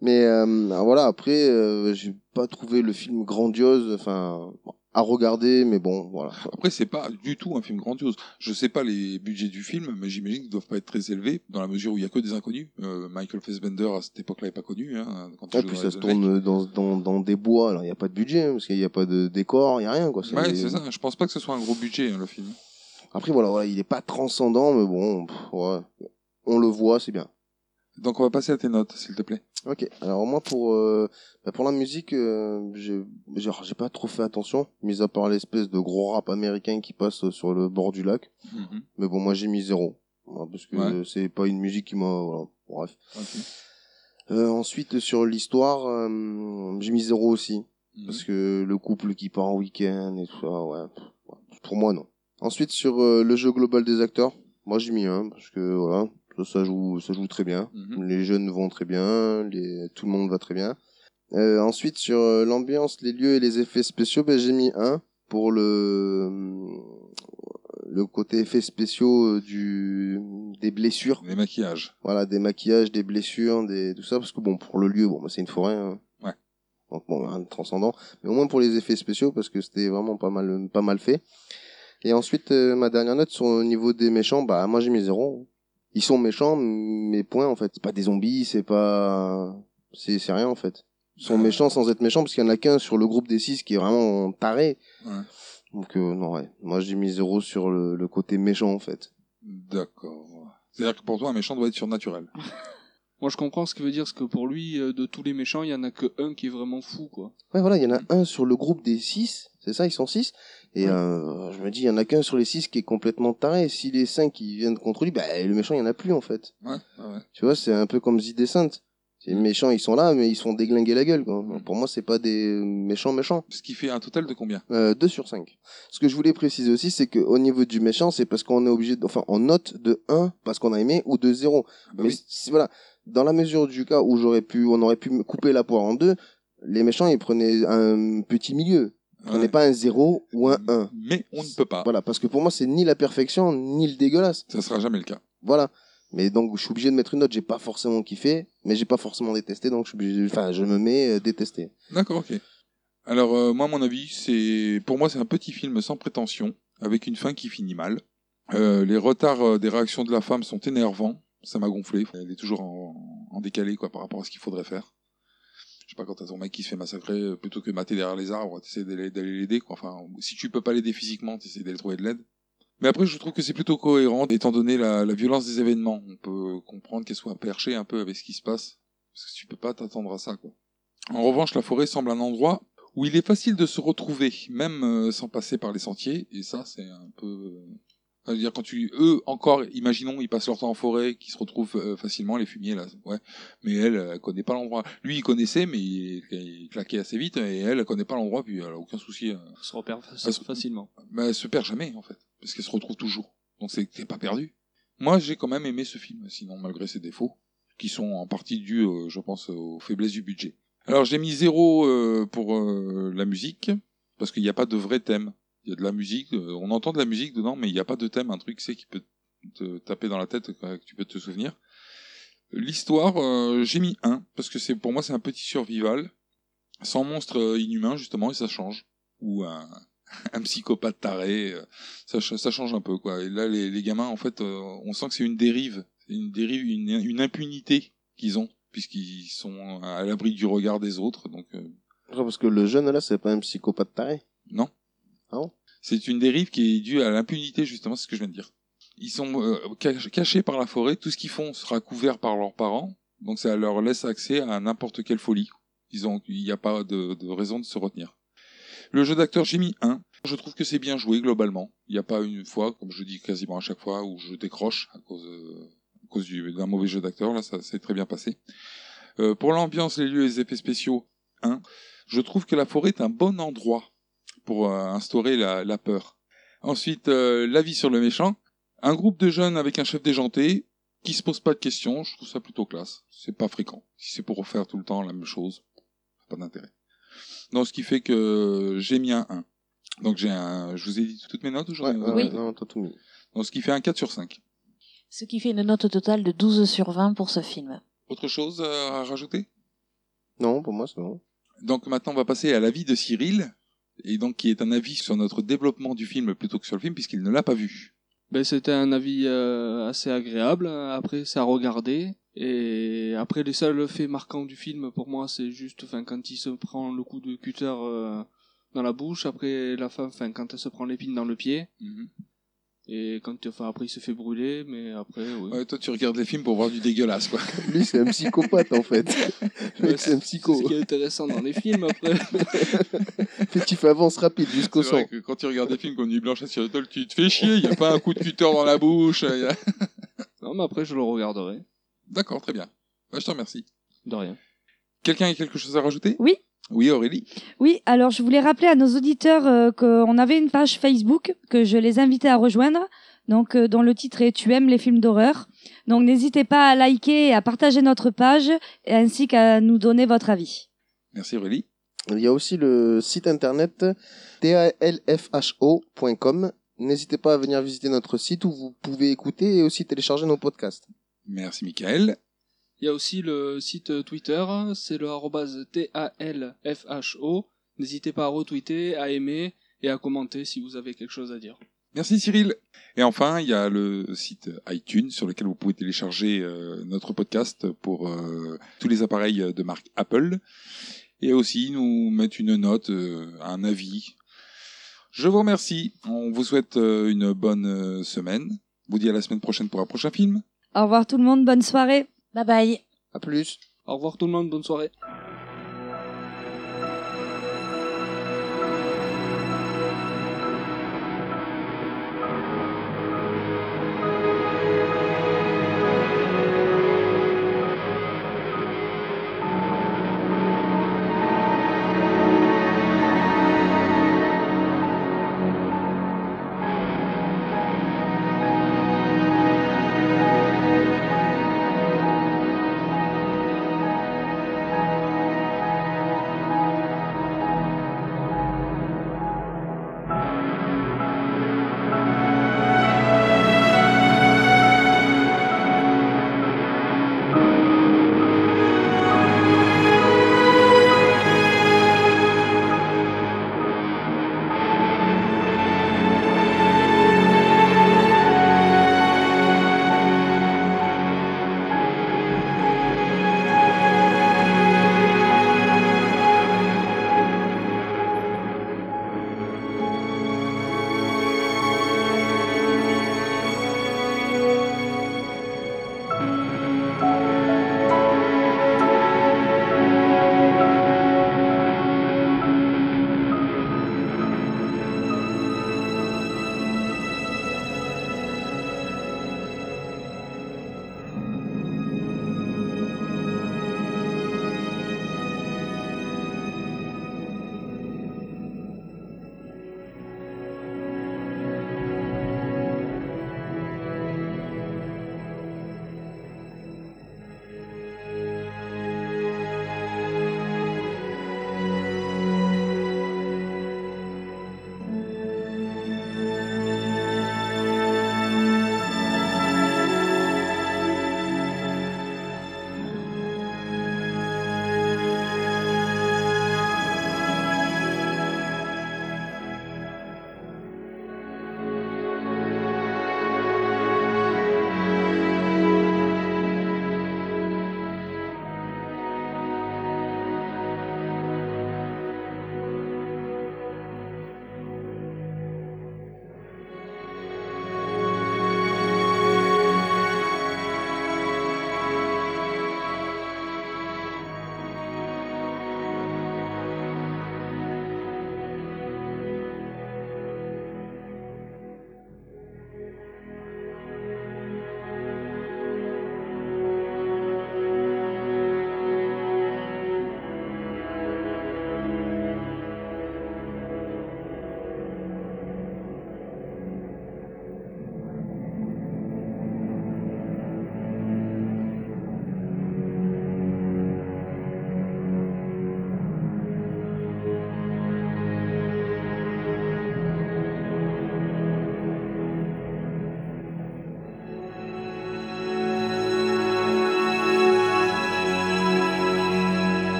S7: Mais euh, ah, voilà, après euh, j'ai pas trouvé le film grandiose, enfin bon, à regarder, mais bon voilà.
S2: après c'est pas du tout un film grandiose. Je sais pas les budgets du film, mais j'imagine qu'ils doivent pas être très élevés dans la mesure où il y a que des inconnus. Euh, Michael Fassbender à cette époque-là est pas connu. Hein, quand il
S7: Et
S2: joue
S7: Ah,
S2: dans
S7: puis ça
S2: les
S7: se
S2: Dunlake.
S7: tourne dans, dans, dans des bois, alors il n'y a pas de budget, hein, parce qu'il n'y a pas de décor, il n'y a rien quoi.
S2: Ouais, c'est ça. Je pense pas que ce soit un gros budget hein, le film.
S7: Après voilà, voilà, il est pas transcendant, mais bon, pff, ouais. on le voit, c'est bien.
S2: Donc on va passer à tes notes, s'il te plaît.
S7: Ok. Alors moi pour euh, bah, pour la musique, euh, j'ai genre j'ai pas trop fait attention, mis à part l'espèce de gros rap américain qui passe euh, sur le bord du lac.
S2: Mhm.
S7: Mais bon, moi j'ai mis zéro, Voilà, parce que
S2: Ouais.
S7: euh, c'est pas une musique qui m'a voilà, bref.
S2: Ok.
S7: Euh, ensuite sur l'histoire, euh, j'ai mis zéro aussi
S2: Mhm.
S7: parce que le couple qui part en week-end et tout ça, ouais. pff, ouais, Pour moi non. Ensuite sur euh, le jeu global des acteurs, moi j'ai mis un parce que voilà, ça, ça joue ça joue très bien.
S2: Mhm.
S7: Les jeunes vont très bien, les... tout le monde va très bien. Euh, ensuite, sur euh, l'ambiance, les lieux et les effets spéciaux, ben, j'ai mis un pour le le côté effets spéciaux euh, du des blessures
S2: Les maquillages.
S7: voilà des maquillages des blessures des tout ça parce que bon pour le lieu bon bah, c'est une forêt hein.
S2: Ouais.
S7: donc bon rien de transcendant mais au moins pour les effets spéciaux parce que c'était vraiment pas mal pas mal fait et ensuite euh, ma dernière note sur au niveau des méchants bah moi j'ai mis zéro ils sont méchants mais point en fait c'est pas des zombies c'est pas c'est c'est rien en fait ils
S2: Euh,
S7: sont méchants sans être méchants parce qu'il y en a qu'un sur le groupe des six qui est vraiment taré
S2: Ouais.
S7: donc euh, non ouais moi j'ai mis zéro sur le, le côté méchant en fait
S2: D'accord. C'est-à-dire que pour toi, un méchant doit être surnaturel.
S8: Moi, je comprends ce que veut dire, parce que pour lui, euh, de tous les méchants, il y en a que un qui est vraiment fou, quoi.
S7: Ouais, voilà, il y en a
S2: Mm.
S7: un sur le groupe des 6, c'est ça, ils sont 6. Et euh, je me dis, il y en a qu'un sur les 6 qui est complètement taré. Si les 5 qui viennent contre lui, bah, le méchant, il y en a plus en fait.
S2: Ouais, ouais.
S7: Tu vois, c'est un peu comme Zidé Sainte. Les méchants, ils sont là, mais ils se font déglinguer la gueule. Quoi.
S2: Mm.
S7: Pour moi, c'est pas des méchants méchants.
S2: Ce qui fait un total de combien
S7: Euh, 2 sur 5. Ce que je voulais préciser aussi, c'est que au niveau du méchant, c'est parce qu'on est obligé, de... enfin, on note de 1 parce qu'on a aimé ou de 0.
S2: Bah
S7: mais
S2: oui.
S7: si- voilà, dans la mesure du cas où j'aurais pu, on aurait pu me couper la poire en deux, les méchants, ils prenaient un petit milieu. Ils prenaient
S2: Ouais.
S7: pas un 0 ou un 1.
S2: Mais on ne peut pas.
S7: Voilà, parce que pour moi, c'est ni la perfection, ni le dégueulasse.
S2: Ça sera jamais le cas.
S7: Voilà. Mais donc, je suis obligé de mettre une note. J'ai pas forcément kiffé, mais j'ai pas forcément détesté, donc je suis obligé, enfin, je me mets euh, détesté.
S2: D'accord, ok. Alors, euh, moi, mon avis, c'est. Pour moi, c'est un petit film sans prétention, avec une fin qui finit mal. Euh, les retards euh, des réactions de la femme sont énervants. Ça m'a gonflé. Elle est toujours en, en décalé, quoi, par rapport à ce qu'il faudrait faire. Je sais pas, quand t'as ton mec qui se fait massacrer, euh, plutôt que mater derrière les arbres, t'essaies d'aller d'aller l'aider, quoi. Enfin, si tu peux pas l'aider physiquement, t'essaies d'aller trouver de l'aide. Mais après, je trouve que c'est plutôt cohérent, étant donné la, la violence des événements. On peut comprendre qu'elle soit perchée un peu avec ce qui se passe. Parce que tu peux pas t'attendre à ça, quoi. En revanche, la forêt semble un endroit où il est facile de se retrouver, même euh, sans passer par les sentiers. Et ça, c'est un peu. euh, enfin, je veux dire, quand tu. Eux, encore, imaginons, ils passent leur temps en forêt, qu'ils se retrouvent euh, facilement, les fumiers, là. Ouais. Mais elle, elle connaît pas l'endroit. Lui, il connaissait, mais il, il claquait assez vite. Et elle, elle connaît pas l'endroit, puis elle a aucun souci. euh.
S8: On se repère fa-
S2: Parce-
S8: facilement.
S2: Bah, elle se perd jamais, en fait. Parce qu'elle se retrouve toujours. Donc, c'est t'es pas perdu. Moi, j'ai quand même aimé ce film, sinon, malgré ses défauts, qui sont en partie dus, euh, je pense, aux faiblesses du budget. Alors, j'ai mis zéro euh, pour euh, la musique, parce qu'il n'y a pas de vrai thème. Il y a de la musique, euh, on entend de la musique dedans, mais il n'y a pas de thème, un truc, c'est qui peut te taper dans la tête, quoi, que tu peux te souvenir. L'histoire, euh, j'ai mis un, parce que c'est pour moi, c'est un petit survival, sans monstre euh, inhumain, justement, et ça change. Ou un, un psychopathe taré. euh, Ça, ch- ça change un peu, quoi. Et là, les, les gamins, en fait, euh, on sent que c'est une dérive, une dérive, une, une impunité qu'ils ont, puisqu'ils sont à l'abri du regard des autres. Donc, euh,
S7: Après, parce que le jeune, là, c'est pas un psychopathe taré.
S2: non.
S7: Ah bon
S2: C'est une dérive qui est due à l'impunité, justement, c'est ce que je viens de dire. Ils sont euh, cach- cachés par la forêt, tout ce qu'ils font sera couvert par leurs parents, donc ça leur laisse accès à n'importe quelle folie. Ils ont, il n'y a pas de, de raison de se retenir. Le jeu d'acteur, j'ai mis 1. Je trouve que c'est bien joué globalement. Il n'y a pas une fois, comme je dis quasiment à chaque fois, où je décroche à cause, euh, à cause du- d'un mauvais jeu d'acteur. Là, ça s'est très bien passé. Euh, pour l'ambiance, les lieux et les effets spéciaux, 1. Je trouve que la forêt est un bon endroit pour euh, instaurer la, la peur. Ensuite, euh, l'avis sur le méchant. Un groupe de jeunes avec un chef déjanté qui se pose pas de questions, je trouve ça plutôt classe. C'est pas fréquent. Si c'est pour refaire tout le temps la même chose, pas d'intérêt. Donc ce qui fait que j'ai mis un 1. Donc j'ai un... Je vous ai dit toutes mes notes aujourd'hui
S5: Oui.
S7: Non, t'as tout mis.
S2: Donc ce qui fait un 4 sur 5.
S6: Ce qui fait une note totale de 12 sur 20 pour ce film.
S2: Autre chose euh, à rajouter
S7: Non, pour moi, c'est bon.
S2: Donc maintenant, on va passer à l'avis de Cyril, et donc qui est un avis sur notre développement du film plutôt que sur le film, puisqu'il ne l'a pas vu.
S8: Ben, c'était un avis euh, assez agréable. Après, ça regardait. Et après, les seuls faits marquants du film, pour moi, c'est juste enfin, quand il se prend le coup de cutter euh, dans la bouche. Après, la femme, enfin, quand elle se prend l'épine dans le pied.
S2: Mhm.
S8: Et quand, enfin, après, il se fait brûler. Mais après, oui.
S2: Ouais, toi, tu regardes les films pour voir du dégueulasse, quoi.
S7: Lui, c'est un psychopathe, en fait. Le mec, c'est un psycho.
S8: ce qui est intéressant dans les films, après.
S7: Fait, tu fais avance rapide jusqu'au
S2: C'est vrai
S7: sang.
S2: que quand tu regardes des films comme Nuit Blanche à Seattle, tu te fais chier, il n'y a pas un coup de cutter dans la bouche. y a-
S8: non, mais après, je le regarderai.
S2: D'accord, très bien. Bah, je te remercie.
S8: De rien.
S2: Quelqu'un a quelque chose à rajouter
S5: Oui.
S2: Oui, Aurélie
S5: Oui, alors je voulais rappeler à nos auditeurs euh, qu'on avait une page Facebook que je les invitais à rejoindre, donc euh, dont le titre est Tu aimes les films d'horreur. Donc n'hésitez pas à liker et à partager notre page et ainsi qu'à nous donner votre avis.
S2: Merci, Aurélie.
S7: Il y a aussi le site internet talfho.com. N'hésitez pas à venir visiter notre site où vous pouvez écouter et aussi télécharger nos podcasts.
S2: Merci, Michael.
S8: Il y a aussi le site Twitter, c'est le arrobase TALFHO. N'hésitez pas à retweeter, à aimer et à commenter si vous avez quelque chose à dire.
S2: Merci Cyril. Et enfin, il y a le site iTunes sur lequel vous pouvez télécharger euh, notre podcast pour euh, tous les appareils de marque Apple. Et aussi nous mettre une note, euh, un avis. Je vous remercie. On vous souhaite euh, une bonne euh, semaine. Vous dis à la semaine prochaine pour un prochain film.
S5: Au revoir tout le monde, bonne soirée.
S6: Bye bye
S7: À plus.
S8: Au revoir tout le monde, bonne soirée.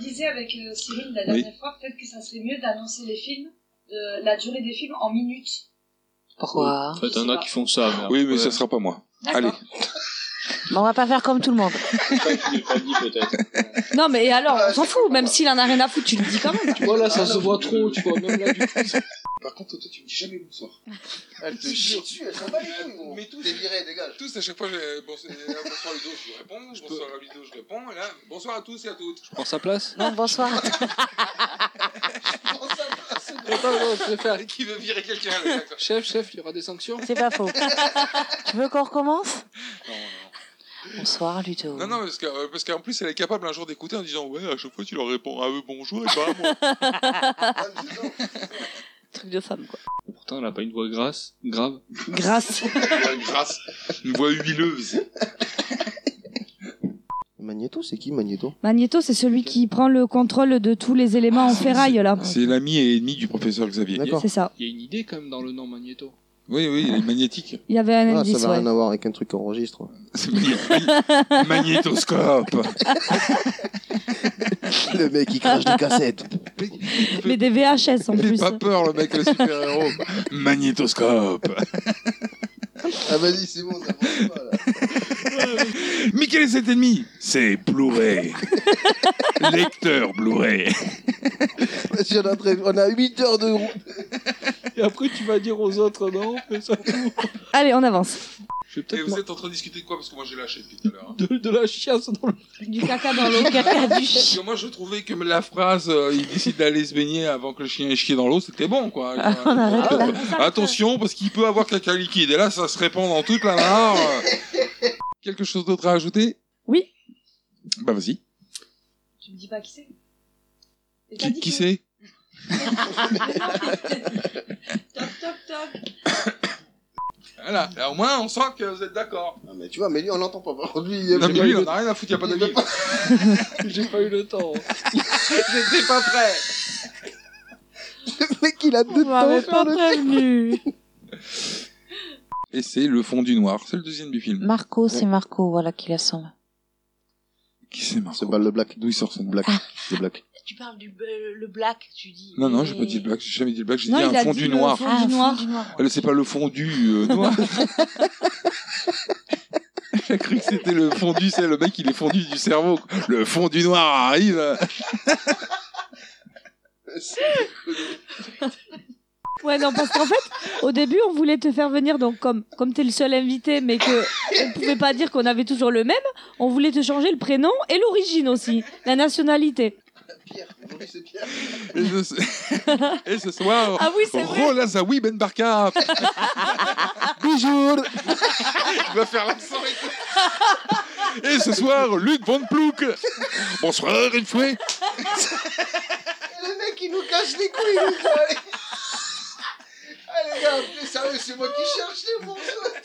S11: disait avec euh, Cyril la
S2: Oui.
S11: dernière fois, peut-être que ça serait mieux d'annoncer les films, euh, la durée des films en minutes.
S6: Pourquoi
S8: En fait, il y en a qui font ça. Mais
S2: Oui, mais
S8: après-
S2: ce sera pas moi.
S11: D'accord.
S2: Allez.
S6: Bon, on va pas faire comme tout le monde.
S5: Non, mais et alors, on s'en fout, même s'il en a rien à foutre, tu le dis quand même.
S8: Tu vois, là, ça se voit trop, tu vois, même là, du coup.
S2: Par contre, toi, tu me dis jamais bonsoir.
S7: Elle te chie dessus, elle s'en bat les couilles, gros.
S2: Mais tous-
S7: T'es viré, dégage.
S2: Tous, à chaque fois, je- bon- euh, bonsoir Ludo, je vous réponds. Bonsoir Ludo, je réponds. Et Là, bonsoir à tous et à toutes.
S8: Prends sa place.
S6: Non, bonsoir.
S8: Attends, non, je vais faire.
S2: Qui veut virer quelqu'un là, d'accord.
S8: Chef, chef, il y aura des sanctions.
S6: C'est pas faux. tu veux qu'on recommence
S2: Non, non.
S6: Bonsoir, Ludo.
S2: Non, non, parce que, euh, parce qu'en plus, elle est capable un jour d'écouter en disant Ouais, à chaque fois, tu leur réponds à eux bonjour et pas à moi.
S5: Truc de femme, quoi.
S8: Pourtant, elle a pas une voix grasse, grave.
S5: Grâce.
S2: Ouais, grâce. Une voix huileuse.
S7: Magneto, c'est qui Magneto
S5: Magneto, c'est celui qui prend le contrôle de tous les éléments en ferraille, là.
S2: C'est l'ami et ennemi du professeur Xavier.
S7: D'accord.
S5: C'est ça.
S8: Il y a une idée quand même dans le nom Magneto.
S2: Oui, oui, il est magnétique.
S5: Il y avait un
S7: Ah, ça
S5: indice,
S7: n'a
S5: ouais.
S7: rien à voir avec un truc enregistre.
S2: C'est magné- Magnétoscope.
S7: Le mec, il crache des cassettes.
S5: Mais des VHS en
S2: Il fait
S5: plus.
S2: pas peur, le mec, le super-héros. Magnétoscope.
S7: Ah, vas-y, c'est bon, t'as pas là.
S2: Mais quel est cet ennemi C'est Blu-ray. Lecteur Blu-ray.
S7: Vas-y, on a prévu- On a 8 heures de route.
S8: Et après, tu vas dire aux autres, non, fais ça tout.
S5: Allez, on avance.
S8: Je vais
S2: Et
S8: peut-être
S2: vous
S8: me-
S2: êtes en train de discuter de quoi Parce que moi, j'ai lâché depuis tout à l'heure. hein.
S8: de, de la chiasse dans le.
S5: Du caca dans l'eau.
S2: Parce que moi, je trouvais que la phrase euh, il décide d'aller se baigner avant que le chien ait chié dans l'eau, c'était bon, quoi.
S6: on arrête là.
S2: Attention, parce qu'il peut avoir caca liquide. Et là, ça se répand dans toute la mare. Quelque chose d'autre à ajouter
S5: Oui.
S2: Bah, vas-y.
S11: Tu me dis pas qui c'est Et t'as
S2: Qui,
S11: dit
S2: qui
S11: que-
S2: c'est
S11: Toc, toc, toc.
S2: Voilà. Là, au moins, on sent que vous êtes d'accord.
S7: Ah, mais tu vois, mais lui, on l'entend pas. Par contre, lui, il
S2: Non,
S7: aime
S2: mais lui, il en a rien à foutre, il n'y a pas
S7: Il
S2: d'avis.
S7: veut pas.
S8: J'ai pas eu le temps.
S2: J'étais pas prêt.
S7: Le mec, il a deux
S5: Vous m'avez pas
S7: temps sur le
S5: prévenu.
S2: Et c'est le fond du noir. C'est le deuxième du film.
S6: Marco, c'est Marco, voilà qui l'assomme.
S2: Qui c'est, Marco
S7: C'est pas le black.
S2: D'où il sort son
S7: Black. Le black.
S6: Tu parles du le black, tu dis.
S2: Non, non, j'ai pas dit le black. J'ai jamais dit le black. J'ai dit
S5: Non, il
S2: un
S5: a
S2: fond
S5: dit
S2: du
S5: le
S2: noir.
S6: Ah,
S5: fond du noir.
S2: Euh, C'est pas le fondu euh, noir. J'ai cru que c'était le fondu, c'est le mec, il est fondu du cerveau. quoi. Le fondu noir arrive.
S5: Ouais, non, parce qu'en fait, au début, on voulait te faire venir, donc comme, comme t'es le seul invité, mais que on pouvait pas dire qu'on avait toujours le même, on voulait te changer le prénom et l'origine aussi, la nationalité.
S7: Pierre. Aujourd'hui, c'est Pierre.
S2: Et ce, et ce soir,
S5: Ah oui, c'est vrai.
S2: Rola Zawi Ben Barka.
S7: Bonjour.
S2: Il va faire l'accent et tout. Et ce soir, Luc Van Plouc. Bonsoir, une fouet.
S7: Le mec, il nous cache les couilles, nous, quoi. Allez, gars, plus sérieux, c'est moi qui cherche les bonsoirs.